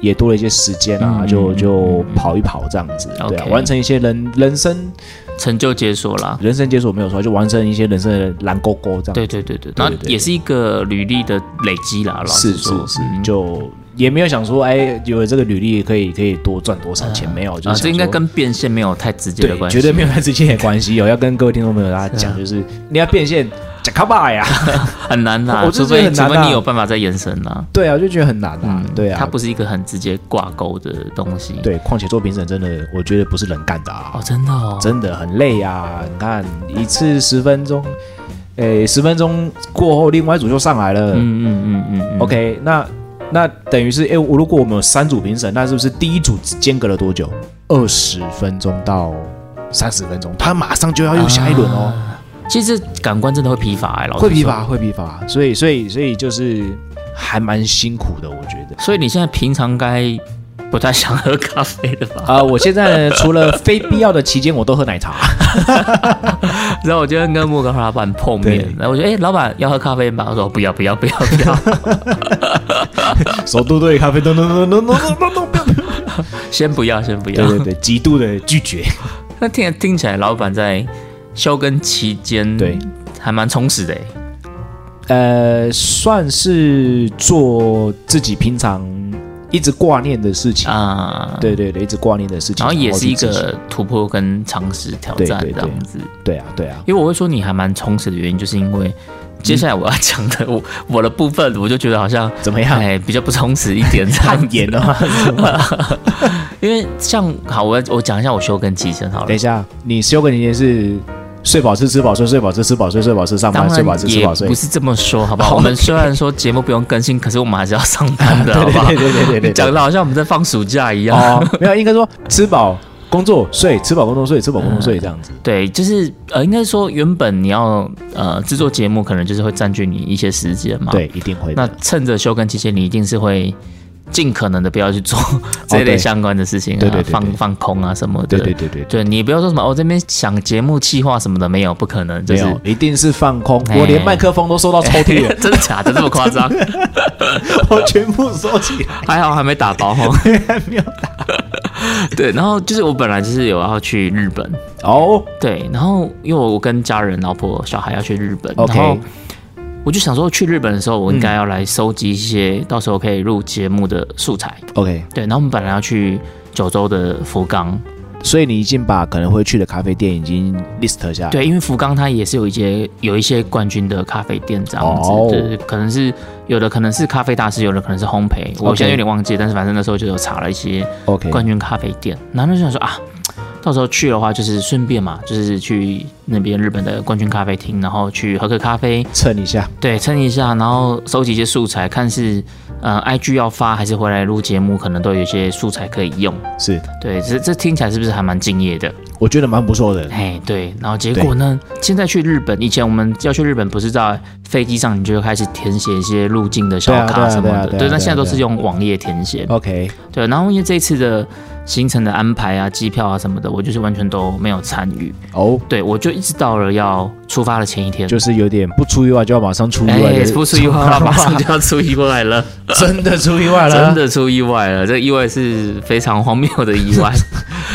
Speaker 2: 也多了一些时间啊，
Speaker 1: 嗯
Speaker 2: 就就跑一跑这样子，对啊
Speaker 1: OK
Speaker 2: 完成一些人人生
Speaker 1: 成就解锁啦。
Speaker 2: 人生解锁没有错，就完成一些人生的蓝勾勾这样子。
Speaker 1: 对对对对，然后
Speaker 2: 对对
Speaker 1: 也是一个履历的累积啦。老
Speaker 2: 是
Speaker 1: 实
Speaker 2: 是
Speaker 1: 说，
Speaker 2: 是，就也没有想说，哎，有了这个履历可以可以多赚多少钱，没有，就是
Speaker 1: 啊，
Speaker 2: 想
Speaker 1: 这应该
Speaker 2: 说
Speaker 1: 跟变现没有太直接的
Speaker 2: 对
Speaker 1: 关系，
Speaker 2: 绝对没有太 直接的关系哦。要跟各位听众朋友大家讲，就是你要变现，假卡巴 呀，
Speaker 1: 很难啦。
Speaker 2: 我就
Speaker 1: 除
Speaker 2: 觉得
Speaker 1: 非
Speaker 2: 很难
Speaker 1: 除非你
Speaker 2: 啊
Speaker 1: 有办法再延伸啦。
Speaker 2: 对啊，就觉得很难啊，对
Speaker 1: 它
Speaker 2: 啊，
Speaker 1: 嗯不是一个很直接挂钩的东西。
Speaker 2: 对，况且做评审真的，我觉得不是人干的啊
Speaker 1: 哦，，真的哦，
Speaker 2: 真的很累啊！你看一次十分钟，诶、十分钟过后，另外一组就上来了。
Speaker 1: 嗯嗯嗯嗯嗯
Speaker 2: OK，那那等于是，诶、我如果我们有三组评审，那是不是第一组间隔了多久？二十分钟到三十分钟，他马上就要用下一轮哦，
Speaker 1: 其实感官真的会疲乏哎、老实
Speaker 2: 会疲
Speaker 1: 说。
Speaker 2: 乏，会疲乏。所以，所以，所以就是还蛮辛苦的，我觉得。
Speaker 1: 所以你现在平常该不太想喝咖啡了吧？
Speaker 2: 啊、我现在呢，除了非必要的期间，我都喝奶茶。
Speaker 1: 然后我今天跟莫哥老板碰面
Speaker 2: 对，
Speaker 1: 然后我就哎、老板要喝咖啡吗？他说不要不要不要不 要，
Speaker 2: 首都对咖啡，咚咚咚咚咚咚咚咚。
Speaker 1: 先不要先不
Speaker 2: 对
Speaker 1: 要。
Speaker 2: 对对，极度的拒绝。
Speaker 1: 那听听起来，老板在休耕期间，
Speaker 2: 对，
Speaker 1: 还蛮充实的欸。
Speaker 2: 呃，算是做自己平常一直挂念的事情。
Speaker 1: 啊、，
Speaker 2: 对对对，一直挂念的事情。
Speaker 1: 然后也是一
Speaker 2: 去执行
Speaker 1: 个突破跟尝试挑战
Speaker 2: 对对
Speaker 1: 这
Speaker 2: 对
Speaker 1: 样子。
Speaker 2: 对啊对啊，
Speaker 1: 因为我会说你还蛮充实的原因，就是因为接下来我要讲的我我的部分，我就觉得好像
Speaker 2: 怎么样
Speaker 1: 哎，比较不充实一点，这样
Speaker 2: 汗颜的话，
Speaker 1: 因为像好，我我讲一下我休耕期间好了
Speaker 2: 等一。下，你休个年是睡饱吃吃饱睡，睡饱吃吃饱睡，睡饱吃上
Speaker 1: 当
Speaker 2: 班，睡饱
Speaker 1: 然
Speaker 2: 吃吃
Speaker 1: 也
Speaker 2: 饱睡
Speaker 1: 不。是这么说，好不
Speaker 2: 哦
Speaker 1: 好？我们虽然说节目不用更新，可是我们还是要上班的，好
Speaker 2: 对
Speaker 1: 不好？啊
Speaker 2: 对对对对对，
Speaker 1: 讲的好像我们在放暑假一样。
Speaker 2: 哦，没有，应该说吃饱工作睡，吃饱工作睡，吃饱工作睡这样子。
Speaker 1: 对，就是呃，应该说原本你要呃制作节目，可能就是会占据你一些时间嘛。
Speaker 2: 对，一定会
Speaker 1: 啊那
Speaker 2: 的。
Speaker 1: 趁着休耕期间，你一定是会尽可能的不要去做 这一类
Speaker 2: 哦对
Speaker 1: 相关的事情啊，
Speaker 2: 对对对对
Speaker 1: 放放空啊什么的。
Speaker 2: 对对对对对，
Speaker 1: 对你不要说什么哦，这边想节目企划什么的没有，不可能，就
Speaker 2: 没
Speaker 1: 是
Speaker 2: 有，一定是放空。
Speaker 1: 哎
Speaker 2: 我连麦克风都收到抽屉了，
Speaker 1: 真的假的这么夸 张？
Speaker 2: 我全部收起来，
Speaker 1: 还好还没打包哈。
Speaker 2: 没有。
Speaker 1: 对，然后就是我本来就是有要去日本，
Speaker 2: 哦
Speaker 1: 对，然后因为我跟家人、老婆、小孩要去日本然后
Speaker 2: ，OK，嗯
Speaker 1: 我就想说去日本的时候，我应该要来收集一些到时候可以录节目的素材。
Speaker 2: OK，
Speaker 1: 对，然后我们本来要去九州的福冈，
Speaker 2: 所以你已经把可能会去的咖啡店已经 list 下来。
Speaker 1: 对，因为福冈它也是有一些有一些冠军的咖啡店这样子，
Speaker 2: 哦
Speaker 1: 对，可能是有的可能是咖啡大师，有的可能是烘焙，我
Speaker 2: OK
Speaker 1: 现在有点忘记了，但是反正那时候就有查了一些
Speaker 2: ，OK，
Speaker 1: 冠军咖啡店，然后就想说啊，到时候去的话就是顺便嘛，就是去那边日本的冠军咖啡厅，然后去喝个咖啡，
Speaker 2: 蹭一下。
Speaker 1: 对，蹭一下，然后收集一些素材，看是呃 IG 要发还是回来录节目，可能都有一些素材可以用。
Speaker 2: 是，
Speaker 1: 对，这这听起来是不是还蛮敬业的？
Speaker 2: 我觉得蛮不错的。
Speaker 1: 哎，对，然后结果呢？现在去日本，以前我们要去日本，不是在飞机上你就开始填写一些入境的小
Speaker 2: 对啊对
Speaker 1: 卡
Speaker 2: 啊
Speaker 1: 什么
Speaker 2: 对啊
Speaker 1: 的，
Speaker 2: 对啊
Speaker 1: 对，那
Speaker 2: 对啊
Speaker 1: 现在都
Speaker 2: 对啊
Speaker 1: 是用网页填写。
Speaker 2: OK，
Speaker 1: 对，然后因为这一次的行程的安排啊、机票啊什么的，我就是完全都没有参与。
Speaker 2: 哦，
Speaker 1: 对，我就一直到了要出发的前一天，
Speaker 2: 就是有点不出意外就要马上出意外
Speaker 1: 哎
Speaker 2: 的，，
Speaker 1: 不出意外 了，马上就要出意外了，
Speaker 2: 真的出意外了，
Speaker 1: 真。的出意外了。这个意外是非常荒谬的意 外，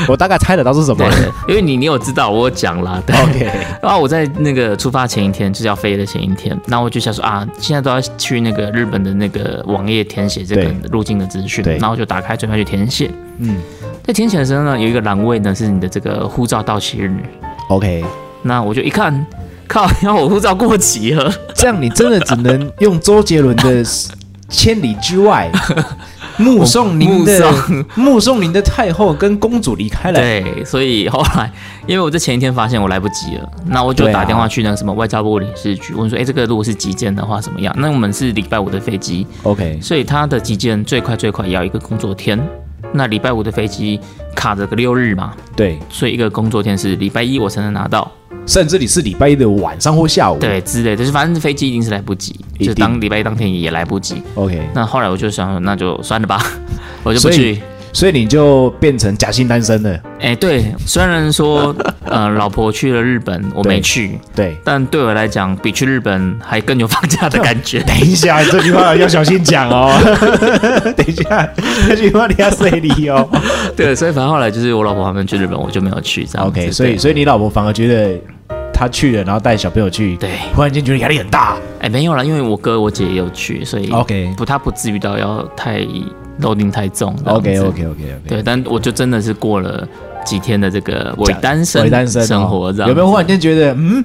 Speaker 2: 我大概猜得到是什么
Speaker 1: 对。，因为你你有知道，我有讲啦，对。
Speaker 2: OK，
Speaker 1: 然后啊我在那个出发前一天，就是要飞的前一天，那我就想说啊，现在都要去那个日本的那个网页填写这个
Speaker 2: 对
Speaker 1: 入境的资讯，
Speaker 2: 对
Speaker 1: 然后我就打开准备去填写。
Speaker 2: 嗯
Speaker 1: 在填写的时候呢，有一个栏位呢是你的这个护照到期日，
Speaker 2: ，OK，
Speaker 1: 那我就一看，靠，然后我护照过期了，
Speaker 2: 这样你真的只能用周杰伦的 《千里之外》目送您的
Speaker 1: 目送
Speaker 2: 目送您的太后跟公主离开了。
Speaker 1: 对，所以后来因为我在前一天发现我来不及了，那我就
Speaker 2: 对啊
Speaker 1: 打电话去那个什么外交部领事局问说，哎，这个如果是急件的话怎么样？那我们是礼拜五的飞机，
Speaker 2: OK，
Speaker 1: 所以他的急件最快最快也要一个工作天。那礼拜五的飞机卡着个六日嘛，
Speaker 2: 对，
Speaker 1: 所以一个工作天是礼拜一我才能拿到，
Speaker 2: 甚至你是礼拜一的晚上或下午。
Speaker 1: 对之类的，就是反正飞机一定是来不及，
Speaker 2: 一定
Speaker 1: 就当礼拜一当天也来不及。
Speaker 2: ，OK，
Speaker 1: 那后来我就想说，那就算了吧， 我就不
Speaker 2: 所以
Speaker 1: 去。
Speaker 2: 所以你就变成假性单身了。
Speaker 1: 哎、对，虽然 说呃，老婆去了日本，我没
Speaker 2: 对
Speaker 1: 去，
Speaker 2: 对，
Speaker 1: 但对我来讲，比去日本还更有放假的感觉。
Speaker 2: 等一下，这句话要小心讲哦。 等一下，这句话你要塞里 哦。
Speaker 1: 对，所以反正后来就是我老婆他们去日本，我就没有去。这样子
Speaker 2: OK，所以所以你老婆反而觉得她去了，然后带小朋友去，
Speaker 1: 对，
Speaker 2: 忽然间觉得压力很大。
Speaker 1: 哎、没有啦，因为我哥我姐也有去，所以
Speaker 2: OK
Speaker 1: 不，他不至于到要太 loading 太重。这样子
Speaker 2: OK OK OK OK，
Speaker 1: 对，但我就真的是过了几天的这个伪单身
Speaker 2: 伪单身哦
Speaker 1: 生活，这样
Speaker 2: 有没有忽
Speaker 1: 换？
Speaker 2: 然间觉得嗯？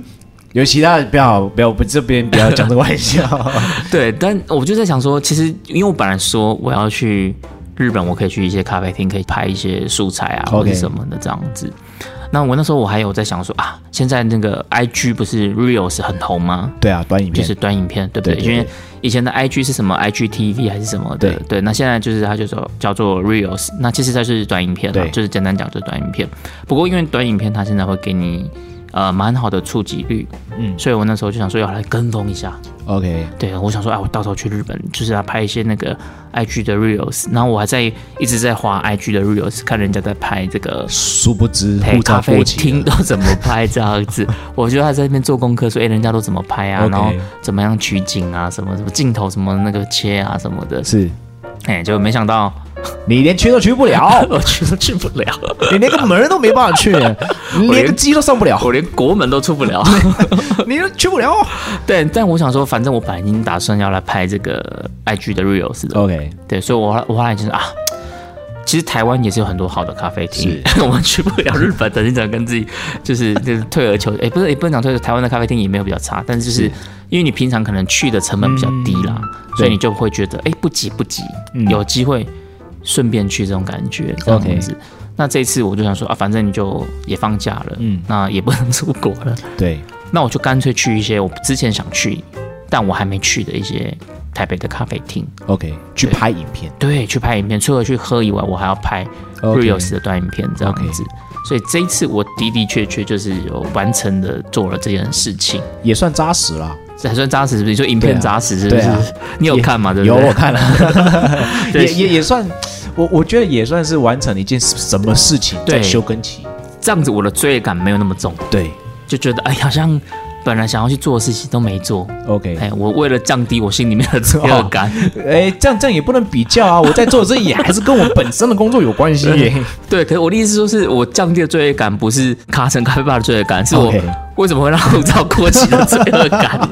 Speaker 2: 有其他的不要不要，不这边不要讲这个玩 笑。
Speaker 1: 对，但我就在想说，其实因为我本来说我要去日本，我可以去一些咖啡厅，可以拍一些素材啊
Speaker 2: OK
Speaker 1: 或者什么的这样子。那我那时候我还有在想说啊，现在那个 IG 不是 Reels 很红吗？
Speaker 2: 对啊，短影
Speaker 1: 就
Speaker 2: 片
Speaker 1: 是短影片，对不对？
Speaker 2: 对对对
Speaker 1: 因为以前的 IG 是什么 IGTV 还是什么的，
Speaker 2: 对
Speaker 1: 那现在就是它就说叫做 Reels，那其实它就是短影片啦
Speaker 2: 对，
Speaker 1: 就是简单讲就是短影片。不过因为短影片它现在会给你呃蛮好的触及率，
Speaker 2: 嗯
Speaker 1: 所以我那时候就想说要来跟风一下。
Speaker 2: OK
Speaker 1: 对，我想说，哎，我到时候去日本就是要拍一些那个 IG 的 Reels，然后我还在一直在滑 IG 的 Reels，看人家在拍这个
Speaker 2: 殊不知
Speaker 1: 陪
Speaker 2: 护照
Speaker 1: 咖啡
Speaker 2: 过期
Speaker 1: 厅
Speaker 2: 了，
Speaker 1: 都怎么拍这样 子，我就在这边做功课，说哎、人家都怎么拍啊
Speaker 2: OK
Speaker 1: 然后怎么样取景啊，什么什么镜头什么那个切啊什么的，
Speaker 2: 是
Speaker 1: 哎、就没想到
Speaker 2: 你连去都去不了，
Speaker 1: 我 去都去不了，
Speaker 2: 你连个门儿都没办法 去，你连个鸡都上不了，
Speaker 1: 我连国门都出不 了。
Speaker 2: 你都去不了。
Speaker 1: 对，但我想说，反正我本来已经打算要来拍这个 IG 的 reels 的
Speaker 2: OK，
Speaker 1: 对，所以我后来我后来就是啊，其实台湾也是有很多好的咖啡厅，
Speaker 2: 是
Speaker 1: 我们去不了日本，等你讲跟自己 就是就是退而求，哎、不是也、不能讲退而求，台湾的咖啡厅也没有比较差，但是就是因为你平常可能去的成本比较低啦，所以你就会觉得哎、不急不急，
Speaker 2: 嗯
Speaker 1: 有机会顺便去这种感觉这
Speaker 2: OK
Speaker 1: 样子。那这一次我就想说啊，反正你就也放假了，
Speaker 2: 嗯
Speaker 1: 那也不能出国了，
Speaker 2: 对，
Speaker 1: 那我就干脆去一些我之前想去但我还没去的一些台北的咖啡厅，
Speaker 2: OK，去
Speaker 1: 对
Speaker 2: 拍影片
Speaker 1: 对，去拍影片，除了去喝以外，我还要拍
Speaker 2: OK
Speaker 1: Reels 的短影片这样子。所以这一次我的的确确就是有完成的做了这件事情，
Speaker 2: 也算扎实啦。
Speaker 1: 这还算扎实是不是？你说影
Speaker 2: 对啊
Speaker 1: 片扎实是不是？
Speaker 2: 对啊
Speaker 1: 你有看吗？对不
Speaker 2: 有
Speaker 1: 对？
Speaker 2: 我看了，
Speaker 1: 对
Speaker 2: 也也也算，我我觉得也算是完成了一件什么事情，在
Speaker 1: 对
Speaker 2: 休耕期。
Speaker 1: 这样子我的罪恶感没有那么重，
Speaker 2: 对
Speaker 1: 就觉得哎，好像本来想要去做的事情都没做。
Speaker 2: ，OK，
Speaker 1: 哎，我为了降低我心里面的罪恶 感，
Speaker 2: 哎，这样这样也不能比较啊！我在做的这也还是跟我本身的工作有关系耶。
Speaker 1: 对，可是我的意思说是我降低的罪恶感不是卡成咖啡吧的罪恶感，是我
Speaker 2: OK
Speaker 1: 为什么会让护照过期的罪恶 感。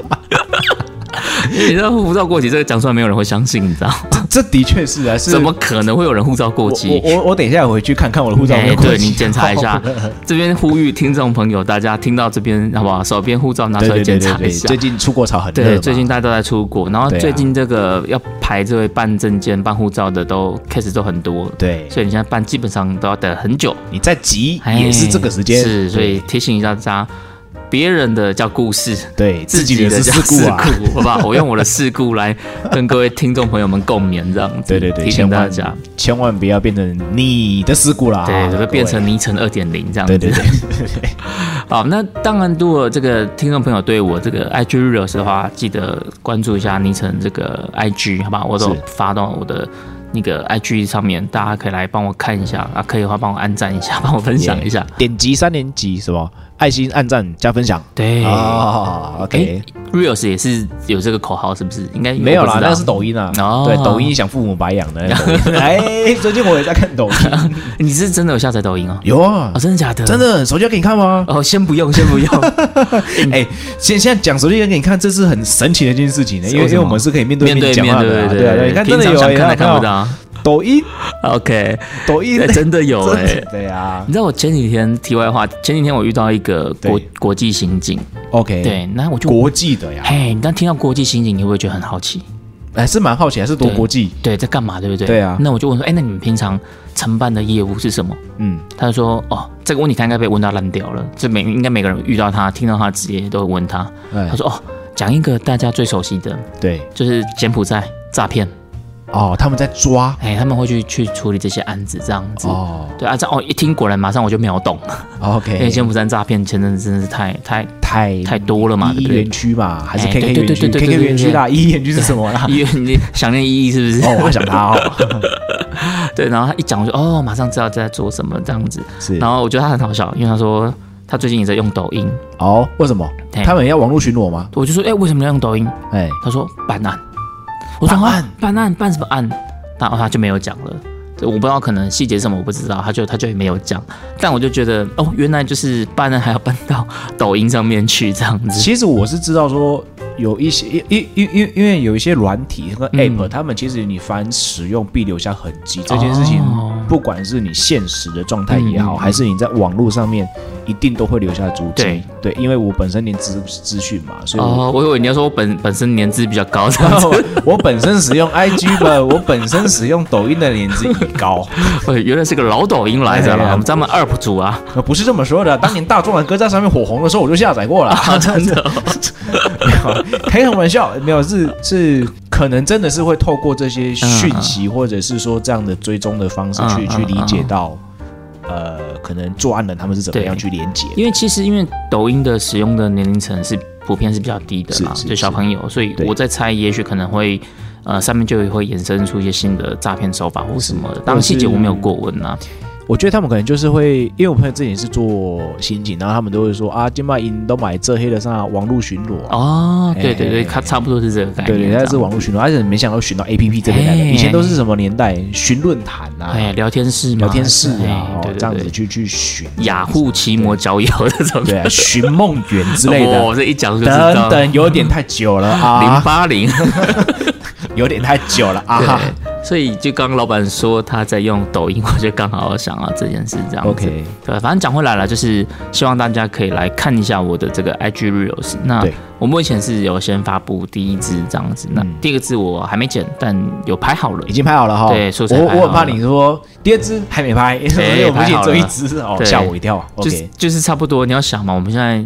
Speaker 1: 你知道护照过期这个讲出来没有人会相信，你知道？
Speaker 2: 这的确是啊，是
Speaker 1: 怎么可能会有人护照过
Speaker 2: 我
Speaker 1: 期？
Speaker 2: 我我我等一下回去看看我的护照有没有过
Speaker 1: 哎对
Speaker 2: 期。
Speaker 1: 你检查一下 这边呼吁听众朋友，大家听到这边好不好？手边护照拿
Speaker 2: 对
Speaker 1: 出来
Speaker 2: 对对
Speaker 1: 检
Speaker 2: 对
Speaker 1: 查一
Speaker 2: 对，
Speaker 1: 下
Speaker 2: 最。近出国潮很热
Speaker 1: 对，
Speaker 2: 嘛
Speaker 1: 最近大家都在出国，然后
Speaker 2: 对啊
Speaker 1: 最近这个要排这位办证件、办护照的都 case 都很多，
Speaker 2: 对，
Speaker 1: 所以你现在办基本上都要等很久。
Speaker 2: 你再急
Speaker 1: 哎
Speaker 2: 也是这个时间，
Speaker 1: 是，所以提醒一下大家，别人的叫故事，
Speaker 2: 对 自己
Speaker 1: 的
Speaker 2: 的
Speaker 1: 叫
Speaker 2: 是事故啊，
Speaker 1: 好不 好？我用我的事故来跟各位听众朋友们共勉，这样子，
Speaker 2: 对对对，
Speaker 1: 提
Speaker 2: 千
Speaker 1: 醒大
Speaker 2: 万
Speaker 1: 家，
Speaker 2: 千万不要变成你的事故啦啊，
Speaker 1: 对，就会
Speaker 2: 各
Speaker 1: 变
Speaker 2: 位
Speaker 1: 成泥城二点零这样子。
Speaker 2: 对对对，
Speaker 1: 好，那当然，如果这个听众朋友对我这个 IG Reels 的话，记得关注一下昵称这个 IG，好吧？我都
Speaker 2: 是
Speaker 1: 发到我的那个 IG 上面，大家可以来帮我看一下啊，可以的话帮我按赞一下，帮我分享一下。
Speaker 2: 点击三连击什么爱心、按赞、加分享
Speaker 1: 对
Speaker 2: 啊，OK，
Speaker 1: Reels 也是有这个口号，是哎不是？应该
Speaker 2: 没有啦，那
Speaker 1: 但
Speaker 2: 是抖音啊，
Speaker 1: 哦
Speaker 2: 对，抖音想父母白养的， 抖音哎，最近我也在看抖音，
Speaker 1: 你是真的有下载抖音哦？
Speaker 2: 有啊
Speaker 1: 哦，，真的假的？
Speaker 2: 真。的手机要给你看吗？
Speaker 1: 哦，嗯先不用，先不用。
Speaker 2: 哎，现现在讲手机给你看，这是很神奇的一件事情，因
Speaker 1: 为
Speaker 2: 为因
Speaker 1: 什么
Speaker 2: 为我们是可以 面对
Speaker 1: 面对
Speaker 2: 讲
Speaker 1: 面
Speaker 2: 话
Speaker 1: 对
Speaker 2: 的啊，
Speaker 1: 对
Speaker 2: 对啊，对啊你看真
Speaker 1: 平
Speaker 2: 的
Speaker 1: 常想
Speaker 2: 有，哎
Speaker 1: 看还
Speaker 2: 有没
Speaker 1: 看
Speaker 2: 有
Speaker 1: 不到。
Speaker 2: 抖音，
Speaker 1: OK，
Speaker 2: 抖音
Speaker 1: 哎，真的有哎、
Speaker 2: 真的对啊
Speaker 1: 你知道我前几天题外话，前几天我遇到一个国
Speaker 2: 对
Speaker 1: 国际刑警，
Speaker 2: ，OK，，
Speaker 1: 对，哎那我就
Speaker 2: 国际的呀，
Speaker 1: 嘿，你刚听到国际刑警，你会不会觉得很好奇？
Speaker 2: 还是蛮好奇，还是多
Speaker 1: 对
Speaker 2: 国际，
Speaker 1: 对，在干嘛？对不对？
Speaker 2: 对啊
Speaker 1: 那我就问说，哎、那你们平常承办的业务是什么？
Speaker 2: 嗯，
Speaker 1: 他就说，哦，这个问题他应该被问到烂掉了，这每应该每个人遇到他，听到他职业都会问他。
Speaker 2: 哎
Speaker 1: 他，说，哦，讲一个大家最熟悉的，
Speaker 2: 对，
Speaker 1: 就是柬埔寨诈骗，
Speaker 2: 哦，他们在抓，
Speaker 1: 哎、他们会去去处理这些案子，这样子。
Speaker 2: 哦哎
Speaker 1: 对啊，这样哦，一听果然马上我就秒懂，因为
Speaker 2: ，OK，
Speaker 1: 柬埔寨诈骗前阵子真的是太太
Speaker 2: 太
Speaker 1: 哎太多了嘛，对
Speaker 2: 一
Speaker 1: 不
Speaker 2: 园
Speaker 1: 对？
Speaker 2: 区嘛，还是
Speaker 1: 哎
Speaker 2: KK
Speaker 1: 对对
Speaker 2: 园
Speaker 1: 对
Speaker 2: 区
Speaker 1: 对对
Speaker 2: ？KK
Speaker 1: 对对
Speaker 2: 园区啦， 一园区是什 么啦？
Speaker 1: 因为你想念意义是不是？
Speaker 2: 哦，我好想他哦，
Speaker 1: 对，然后他一讲我就哦，马上知道在做什么这样子。
Speaker 2: 是
Speaker 1: 然后我觉得他很好笑，因为他说他最近也在用抖音，
Speaker 2: 哦，为什么
Speaker 1: 嘿
Speaker 2: 他们要网络巡逻吗？
Speaker 1: 我就说哎、为什么要用抖音？
Speaker 2: 哎，
Speaker 1: 他说办案。我说
Speaker 2: 办
Speaker 1: 啊
Speaker 2: 案
Speaker 1: 办案办什么案？然后他就没有讲了。对我不知道可能细节是什么，我不知道，他就他就也没有讲。但我就觉得哦，原来就是办案还要搬到抖音上面去这样子。
Speaker 2: 其实我是知道说有一些，因因因因因为有一些软体和
Speaker 1: 嗯
Speaker 2: App，、他们其实你凡使用必留下痕迹这件事情
Speaker 1: 哦，
Speaker 2: 不管是你现实的状态也
Speaker 1: 嗯
Speaker 2: 好，
Speaker 1: 嗯嗯
Speaker 2: 还是你在网络上面，一定都会留下足迹。
Speaker 1: 对
Speaker 2: 因为我本身连资资讯嘛，所以我。
Speaker 1: 哦，我以为你要说我本本身年资比较高这 样子，
Speaker 2: 我本身使用 IG 的，我本身使用抖音的年资已高，
Speaker 1: 喂原来是个老抖音来着
Speaker 2: 哎
Speaker 1: 了，
Speaker 2: 呀
Speaker 1: 我们咱们 UP 主啊，
Speaker 2: 呃不是这么说的。当年大壮的歌在上面火红的时候，我就下载过了。
Speaker 1: 真的哦、
Speaker 2: 没有啊开什么玩笑？没有，是是，可能真的是会透过这些讯息，或者是说这样的追踪的方式去、
Speaker 1: 嗯嗯嗯
Speaker 2: 去理解
Speaker 1: 嗯
Speaker 2: 到，呃，可能作案人他们是怎么
Speaker 1: 对
Speaker 2: 样去连接。
Speaker 1: 因为其实因为抖音的使用的年龄层是普遍是比较低的嘛，
Speaker 2: 是是
Speaker 1: 就小朋友，所以
Speaker 2: 对
Speaker 1: 我在猜，也许可能会。呃，上面就会衍生出一些新的诈骗手法或什么的，当然细节我没有过问啊。
Speaker 2: 我觉得他们可能就是会，因为我朋友之前是做刑警，然后他们都会说啊，金马银都买这黑的上网络巡逻。
Speaker 1: 哦，对对对，
Speaker 2: 哎
Speaker 1: 它差不多是这个概
Speaker 2: 对
Speaker 1: 念。
Speaker 2: 对，
Speaker 1: 这
Speaker 2: 他
Speaker 1: 样
Speaker 2: 是网络巡逻，而且没想到巡到 A P P 这边来的。
Speaker 1: 哎
Speaker 2: 以前都是什么年代？巡论坛啊、
Speaker 1: 哎，聊天室嘛
Speaker 2: 聊天室
Speaker 1: 哎
Speaker 2: 啊，哦
Speaker 1: 对对
Speaker 2: 这样
Speaker 1: 对
Speaker 2: 子去去巡，
Speaker 1: 雅虎奇摩交友这种
Speaker 2: 对啊，寻梦园之类的。
Speaker 1: 哦我这一讲就知
Speaker 2: 等
Speaker 1: 道。
Speaker 2: 等，有点太久了
Speaker 1: 零
Speaker 2: 啊，
Speaker 1: 八零，
Speaker 2: 有点太久了啊！
Speaker 1: 对
Speaker 2: 哈，
Speaker 1: 所以就刚刚老板说他在用抖音，我就刚好想到这件事这样子。
Speaker 2: OK，
Speaker 1: 对，反正讲回来了，就是希望大家可以来看一下我的这个 IG Reels。那
Speaker 2: 对嗯
Speaker 1: 我目前是有先发布第一支这样子，那第二个支我还没剪，但有拍好了
Speaker 2: 已。经拍好了哈。
Speaker 1: 对素材
Speaker 2: 我
Speaker 1: 拍好了哎
Speaker 2: 我很怕你说第二支还没拍，因 为我们仅只有一支哦，
Speaker 1: 对
Speaker 2: 吓我一跳。
Speaker 1: 就是
Speaker 2: OK，
Speaker 1: 就是差不多，你要想嘛，我们现在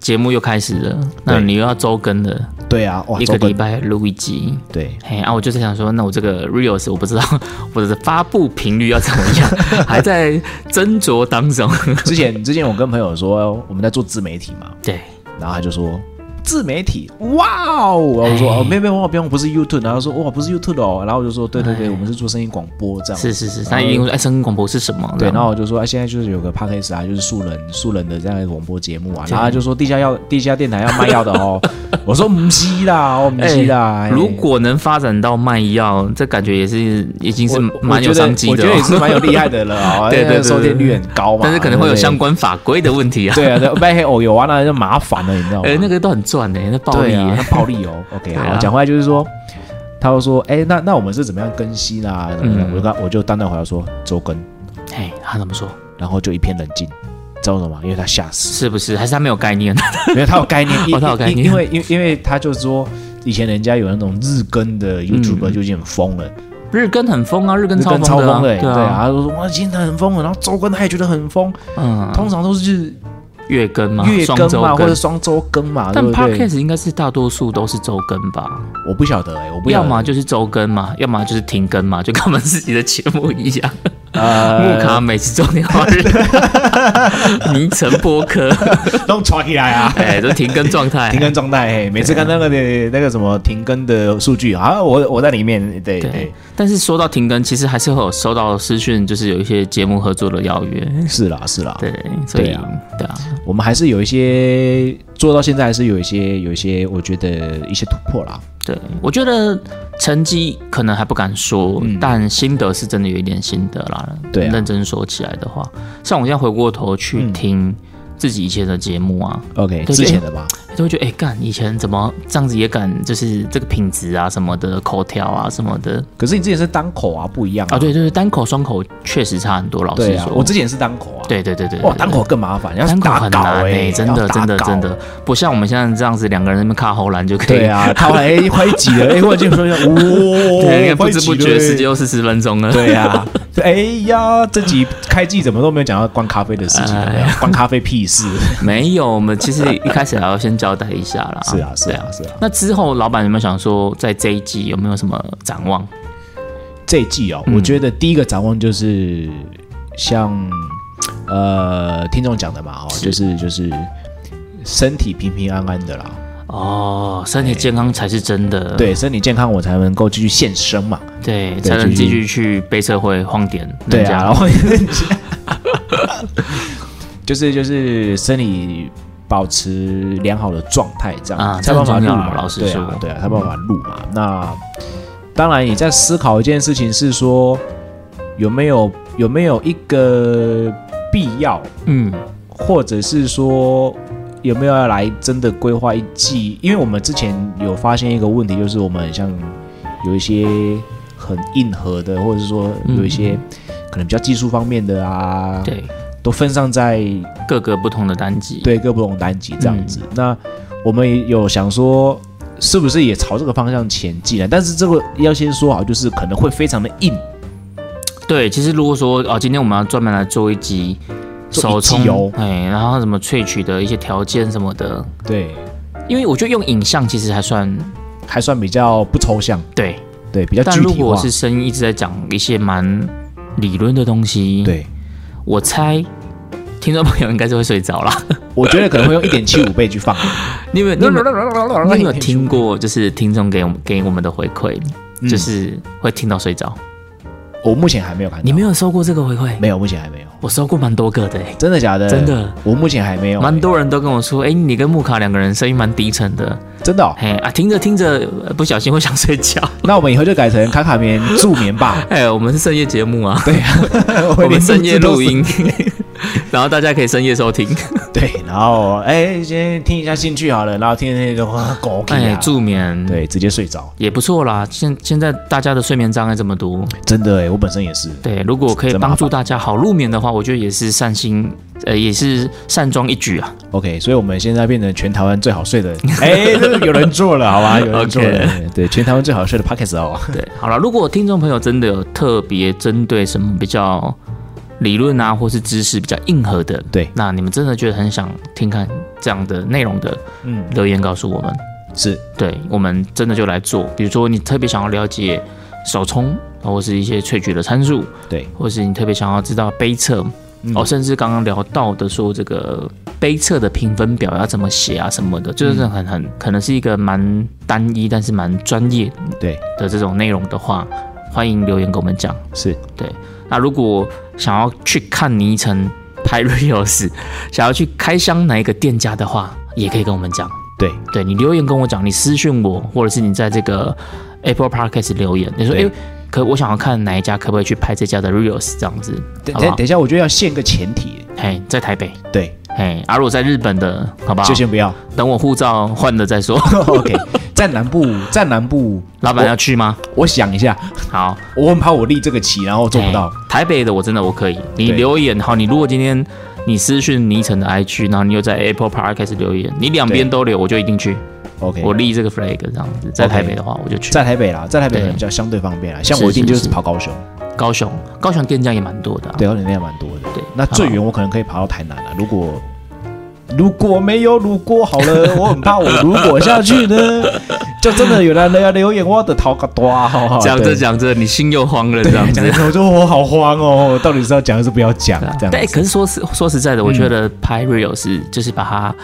Speaker 1: 节目又开始了，那
Speaker 2: 对
Speaker 1: 你又要周更了，
Speaker 2: 对啊，哇，
Speaker 1: 一个
Speaker 2: 周更
Speaker 1: 礼拜录一集，
Speaker 2: 对，
Speaker 1: 嘿啊，我就在想说，那我这个 reels 我不知道 我的发布频率要怎么样， 还在斟酌当中。
Speaker 2: 之前之前我跟朋友说我们在做自媒体嘛，
Speaker 1: 对，
Speaker 2: 然后他就说。自媒体，哇哦！然后我说
Speaker 1: 哎
Speaker 2: 哦，没有没有，不用，不是 YouTube。然后他说哇，不是 YouTube 哦。然后我就说对
Speaker 1: 哎
Speaker 2: 对对，我们是做声音广播这样。
Speaker 1: 是是是，他一定会说，哎，声音广播是什么？
Speaker 2: 对，
Speaker 1: 这样
Speaker 2: 然后我就说，啊，现在就是有个 podcast 啊，就是素人素人的这样的广播节目啊，然后他就说地下要地下电台要卖药的 哦，我说唔是啦，哦唔是啦，
Speaker 1: 哎
Speaker 2: 哎
Speaker 1: 如果能发展到卖药，这感觉也是已经是
Speaker 2: 我
Speaker 1: 蛮有商机的、
Speaker 2: 我觉得，我觉得也是蛮有厉害。 的了哦，
Speaker 1: 对对对对
Speaker 2: 收听率很高嘛，
Speaker 1: 但是可能会有
Speaker 2: 对不对
Speaker 1: 相。关法规的问题啊。
Speaker 2: 对啊，对，卖黑哦有啊，那就麻烦了，你知道吗？
Speaker 1: 哎、那个都很赚哎、那暴利、
Speaker 2: 对啊，那
Speaker 1: 欸。
Speaker 2: 暴力哦。OK，
Speaker 1: 对啊
Speaker 2: 好，讲回来就是说，他就说，哎，那那我们是怎么样更新啊？
Speaker 1: 嗯
Speaker 2: 我就跟他我就淡淡回答说周更，
Speaker 1: 哎、他怎么说？
Speaker 2: 然后就一片冷静，知道为什么吗？因为他吓死。
Speaker 1: 是不是？还是他没有概念？啊
Speaker 2: 没有，他有概念，因
Speaker 1: 哦他有概念
Speaker 2: 因因为因为因为他就说，以前人家有那种日更的 YouTuber 就已经很疯了，
Speaker 1: 日更很疯啊，日嗯更
Speaker 2: 日
Speaker 1: 超
Speaker 2: 更
Speaker 1: 疯
Speaker 2: 超
Speaker 1: 的、
Speaker 2: 疯的、
Speaker 1: 对
Speaker 2: 对
Speaker 1: 啊，
Speaker 2: 他就说哇，今天很疯了，然后周更他也觉得很疯，
Speaker 1: 嗯，
Speaker 2: 通常都是
Speaker 1: 月更嘛，
Speaker 2: 月
Speaker 1: 双
Speaker 2: 更啊
Speaker 1: 周
Speaker 2: 嘛，或者双周更嘛，
Speaker 1: 但
Speaker 2: 对不对？
Speaker 1: podcast 应该是大多数都是周更吧，
Speaker 2: 我不晓得哎、我不晓
Speaker 1: 要
Speaker 2: 得
Speaker 1: 么就是周更嘛，要么就是停更嘛，就跟我们自己的节目一样。木
Speaker 2: 呃，
Speaker 1: 卡每次周年华日，名城播 客，
Speaker 2: 都传起 来啊。
Speaker 1: 哎，都停更状态。
Speaker 2: 停更状态，嘿，每次看那个的那个什么停更的数据啊，我我在里面，对对
Speaker 1: 对，但是说到停更，其实还是会有收到私讯，就是有一些节目合作的邀约。
Speaker 2: 是啦是啦，
Speaker 1: 对，所以
Speaker 2: 对啊
Speaker 1: 对啊，
Speaker 2: 我们还是有一些做到现在，还是有一些有一些，我觉得一些突破啦，
Speaker 1: 对，我觉得成绩可能还不敢说，但心得是真的有一点心得啦。
Speaker 2: 嗯对啊
Speaker 1: 认真说起来的话，像我现在回过头去
Speaker 2: 嗯
Speaker 1: 听自己以前的节目啊，
Speaker 2: OK，
Speaker 1: 对
Speaker 2: 之前的吧，
Speaker 1: 就会觉得哎，干、以前怎么这样子也敢，就是这个品质啊什么的，口条啊什么的
Speaker 2: 可是你之前是单口啊，不一样
Speaker 1: 啊，对对对，单口双口确实差很多。老
Speaker 2: 对
Speaker 1: 实
Speaker 2: 啊
Speaker 1: 说，，
Speaker 2: 我之前是单口啊，，
Speaker 1: 对对对对，
Speaker 2: 哇，
Speaker 1: 对
Speaker 2: 单。口更麻烦，要
Speaker 1: 单口
Speaker 2: 打
Speaker 1: 很
Speaker 2: 稿
Speaker 1: 难欸
Speaker 2: 哎，
Speaker 1: 真的
Speaker 2: 要打
Speaker 1: 真的
Speaker 2: 稿
Speaker 1: 真的。不像我们现在这样子，两个人在那边卡喉兰就可以。
Speaker 2: 对啊，他后来哎快挤了，哎，我就 说哦
Speaker 1: 对，
Speaker 2: 哇，
Speaker 1: 不知不觉时
Speaker 2: 时
Speaker 1: 间
Speaker 2: 间，
Speaker 1: 又四十分钟了。
Speaker 2: 哎对啊，哎呀，这集开季怎么都没有讲到关咖啡的事情，有
Speaker 1: 哎
Speaker 2: 没有关咖啡 屁事，
Speaker 1: 没有，我们其实一开始还要先交代一下啦。
Speaker 2: 是啊是
Speaker 1: 对
Speaker 2: 啊是啊，
Speaker 1: 那之后，老板有没有想说，在这一季有没有什么展望？
Speaker 2: 这一季
Speaker 1: 嗯
Speaker 2: 哦，我觉得第一个展望就是像呃听众讲的嘛，哦，就是就是身体平平安安的啦。
Speaker 1: 哦，身体健康才是真的，
Speaker 2: 对，身体健康我才能够继续现身嘛。
Speaker 1: 对，
Speaker 2: 对
Speaker 1: 才能继
Speaker 2: 继
Speaker 1: 续去被社会晃点
Speaker 2: 对
Speaker 1: 人
Speaker 2: 啊，
Speaker 1: 家。
Speaker 2: 然后 就是 就是身体保持良好的状态，这样、
Speaker 1: 啊
Speaker 2: 才有办法
Speaker 1: 这很重
Speaker 2: 录
Speaker 1: 要啊
Speaker 2: 嘛。
Speaker 1: 老实
Speaker 2: 对
Speaker 1: 说嗯
Speaker 2: 啊，对啊，才有办法录嘛。那当然，你在思考一件事情是说，有没有有没有一个必要，
Speaker 1: 嗯，
Speaker 2: 或者是说。有没有要来真的规划一季？因为我们之前有发现一个问题，就是我们像有一些很硬核的，或者是说有一些可能比较技术方面的啊，
Speaker 1: 嗯对，
Speaker 2: 都分散在
Speaker 1: 各个不同的单集，，
Speaker 2: 对各不同单集这样子。
Speaker 1: 嗯
Speaker 2: 那我们也有想说，是不是也朝这个方向前进啊？但是这个要先说好，就是可能会非常的硬，
Speaker 1: 对，其实如果说哦，今天我们要专门来做一集
Speaker 2: 做
Speaker 1: 手
Speaker 2: 一季
Speaker 1: 冲
Speaker 2: 哦，
Speaker 1: 哎，然后什么萃取的一些条件什么的，
Speaker 2: 对，
Speaker 1: 因为我觉得用影像其实还算
Speaker 2: 还算比较不抽象，
Speaker 1: 对，
Speaker 2: 对，比较
Speaker 1: 但
Speaker 2: 具
Speaker 1: 如
Speaker 2: 体
Speaker 1: 果
Speaker 2: 化。
Speaker 1: 是声音一直在讲一些蛮理论的东西，。
Speaker 2: 对，
Speaker 1: 我猜听众朋友应该是会睡着啦。
Speaker 2: 我觉得可能会用一点七五倍去放。啊
Speaker 1: 你有没有你有没有你有没有嗯听过？就是听众给我们给我们的回馈，就是会听到睡着。
Speaker 2: 我目前还没有看到，
Speaker 1: 你没有收过这个回馈？
Speaker 2: 没有，目前还没有，
Speaker 1: 我收过蛮多个的、欸，
Speaker 2: 真的假的？
Speaker 1: 真的，
Speaker 2: 我目前还没有、
Speaker 1: 蛮多人都跟我说，哎、你跟木卡两个人声音蛮低沉的，
Speaker 2: 真的、哦。
Speaker 1: 嘿啊，听着听着呃不小心会想睡觉。。
Speaker 2: 那我们以后就改成卡卡棉助眠吧
Speaker 1: 哎、我们是深夜节目啊，
Speaker 2: 对啊，
Speaker 1: 我们深夜录
Speaker 2: 连
Speaker 1: 音
Speaker 2: 自制都是。
Speaker 1: 然后大家可以深夜收听。
Speaker 2: 对，然后哎，先听一下兴趣好了，然后听那种狗屁
Speaker 1: 哎，
Speaker 2: 啊，
Speaker 1: 助眠
Speaker 2: 对，直接睡着，
Speaker 1: 也不错啦。现现在大家的睡眠障碍这么多，
Speaker 2: 真的哎，我本身也是，
Speaker 1: 对，如果可以
Speaker 2: 真麻
Speaker 1: 帮
Speaker 2: 烦
Speaker 1: 助大家好入眠的话，我觉得也是善心，呃，也是善终一举啊。
Speaker 2: OK，所以我们现在变成全台湾最好睡的， 哎、有人做了，好 吧，有人做了对，全台湾最好睡的 Pockets 哦，
Speaker 1: 对，好了，如果听众朋友真的有特别针对什么比较理论啊，或是知识比较硬核的，
Speaker 2: 对
Speaker 1: 那你们真的觉得很想听看这样的内容的，
Speaker 2: 嗯，
Speaker 1: 留言告诉我们，
Speaker 2: 是，
Speaker 1: 对我们真的就来做。比如说你特别想要了解手冲，或是一些萃取的参数，
Speaker 2: 对，
Speaker 1: 或是你特别想要知道杯测，哦，甚至刚刚聊到的说这个杯测的评分表要怎么写啊什么的，就是很很可能是一个蛮单一，但是蛮专业
Speaker 2: 对，
Speaker 1: 的这种内容的话，欢迎留言给我们讲。
Speaker 2: 是，
Speaker 1: 那如果想要去看倪晨拍 reels，想要去开箱哪一个店家的话，也可以跟我们讲。
Speaker 2: 对，
Speaker 1: 对你留言跟我讲，你私讯我，或者是你在这个 Apple Podcast 留言，你说哎、
Speaker 2: 对
Speaker 1: 诶可我想要看哪一家，可不可以去拍这家的 reels 这样子，
Speaker 2: 等
Speaker 1: 好
Speaker 2: 等
Speaker 1: 不好
Speaker 2: 等一？下，我觉得要限个前提，
Speaker 1: 嘿，在台北，
Speaker 2: 对，
Speaker 1: 嘿，啊，如果在日本的，好不好
Speaker 2: 就？先 不要
Speaker 1: 等我护照换了再说。
Speaker 2: ，OK，在南部，在南部，
Speaker 1: 老板要去吗？
Speaker 2: 我想一下，
Speaker 1: 好，
Speaker 2: 我很怕我立这个旗，然后做不到，
Speaker 1: 哎台北的我真的我可以，你
Speaker 2: 对
Speaker 1: 留言好，你如果今天你私讯倪晨的 IG，然后你又在 Apple Park 开始留言，你两边
Speaker 2: 对
Speaker 1: 都留，我就一定去，
Speaker 2: OK，
Speaker 1: 我立这个 flag 这样子。在台北的话，我就去。
Speaker 2: 在台北啦，在台北可
Speaker 1: 对
Speaker 2: 能比较相对方便啦，像
Speaker 1: 是
Speaker 2: 我一定
Speaker 1: 是啊
Speaker 2: 就是
Speaker 1: 是
Speaker 2: 跑高雄，
Speaker 1: 高雄，高雄店家也蛮多的、啊。
Speaker 2: 对，高雄那边蛮多的，
Speaker 1: 对
Speaker 2: 那最远我可能可以爬到台南了。如果如果没有如果好 了，我很怕我如果下去呢，就真的有人要留言我的头个大哈。
Speaker 1: 讲着
Speaker 2: 哦对
Speaker 1: 讲着，你心又慌了，这样
Speaker 2: 对
Speaker 1: 子
Speaker 2: 讲。着，我就我好慌哦，到底是要讲还是不要讲嗯
Speaker 1: 对啊？
Speaker 2: 这
Speaker 1: 但
Speaker 2: 样
Speaker 1: 欸
Speaker 2: 子
Speaker 1: 可是说实说实在的，我觉得拍 real 是就是把它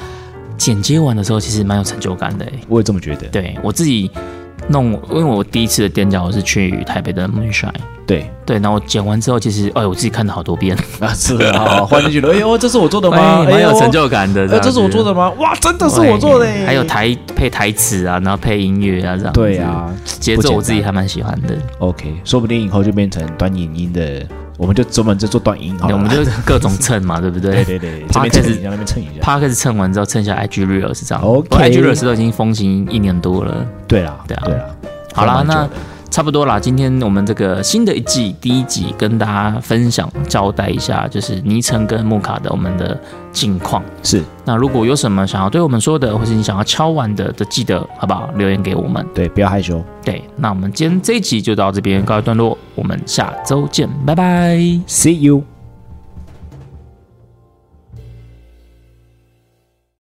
Speaker 1: 剪接完的时候，其实蛮有成就感的、欸。
Speaker 2: 我也这么觉得。
Speaker 1: 对我自己弄，因为我第一次的店家我是去台北的 Moonshine，
Speaker 2: 对
Speaker 1: 对，然后我剪完之后，其实哎，我自己看了好多 遍，
Speaker 2: 啊，是啊，忽然就觉得，哎呦，这是我做 的吗？
Speaker 1: 哎蛮
Speaker 2: 哎呦
Speaker 1: 有成。就感的。
Speaker 2: 呃，
Speaker 1: 样子
Speaker 2: 这是我做的，吗？哇，真的是我做的耶
Speaker 1: 对。还有台配台词啊，然后配音乐啊，这样。
Speaker 2: 对，啊
Speaker 1: 节
Speaker 2: 不
Speaker 1: 奏
Speaker 2: 简单
Speaker 1: 我自己还蛮喜欢的。
Speaker 2: ，OK，说不定以后就变成短影音的，我们就专门就做短影音好
Speaker 1: 对
Speaker 2: 了。
Speaker 1: 我们就各种蹭嘛，对不对？
Speaker 2: 对 对对，这边
Speaker 1: Podcast-
Speaker 2: 蹭一下，那边蹭一下。
Speaker 1: p a r k 蹭完之后，蹭一下 IG Reels 这样。
Speaker 2: OK
Speaker 1: 我 IG Reels 都已经风行一年多了。
Speaker 2: 对啦，
Speaker 1: 对啊
Speaker 2: 啦。
Speaker 1: 好啦
Speaker 2: 还，蛮久
Speaker 1: 那
Speaker 2: 的
Speaker 1: 差不多啦。今天我们这个新的一季第一集跟大家分享交代一下，就是昵称跟木卡的我们的近况。
Speaker 2: 是
Speaker 1: 那如果有什么想要对我们说的，或是你想要敲碗的，都记得好不好？留言给我们。
Speaker 2: 对，不要害羞
Speaker 1: 对，那我们今天这一集就到这边告一段落，我们下周见，拜拜。
Speaker 2: ，See you。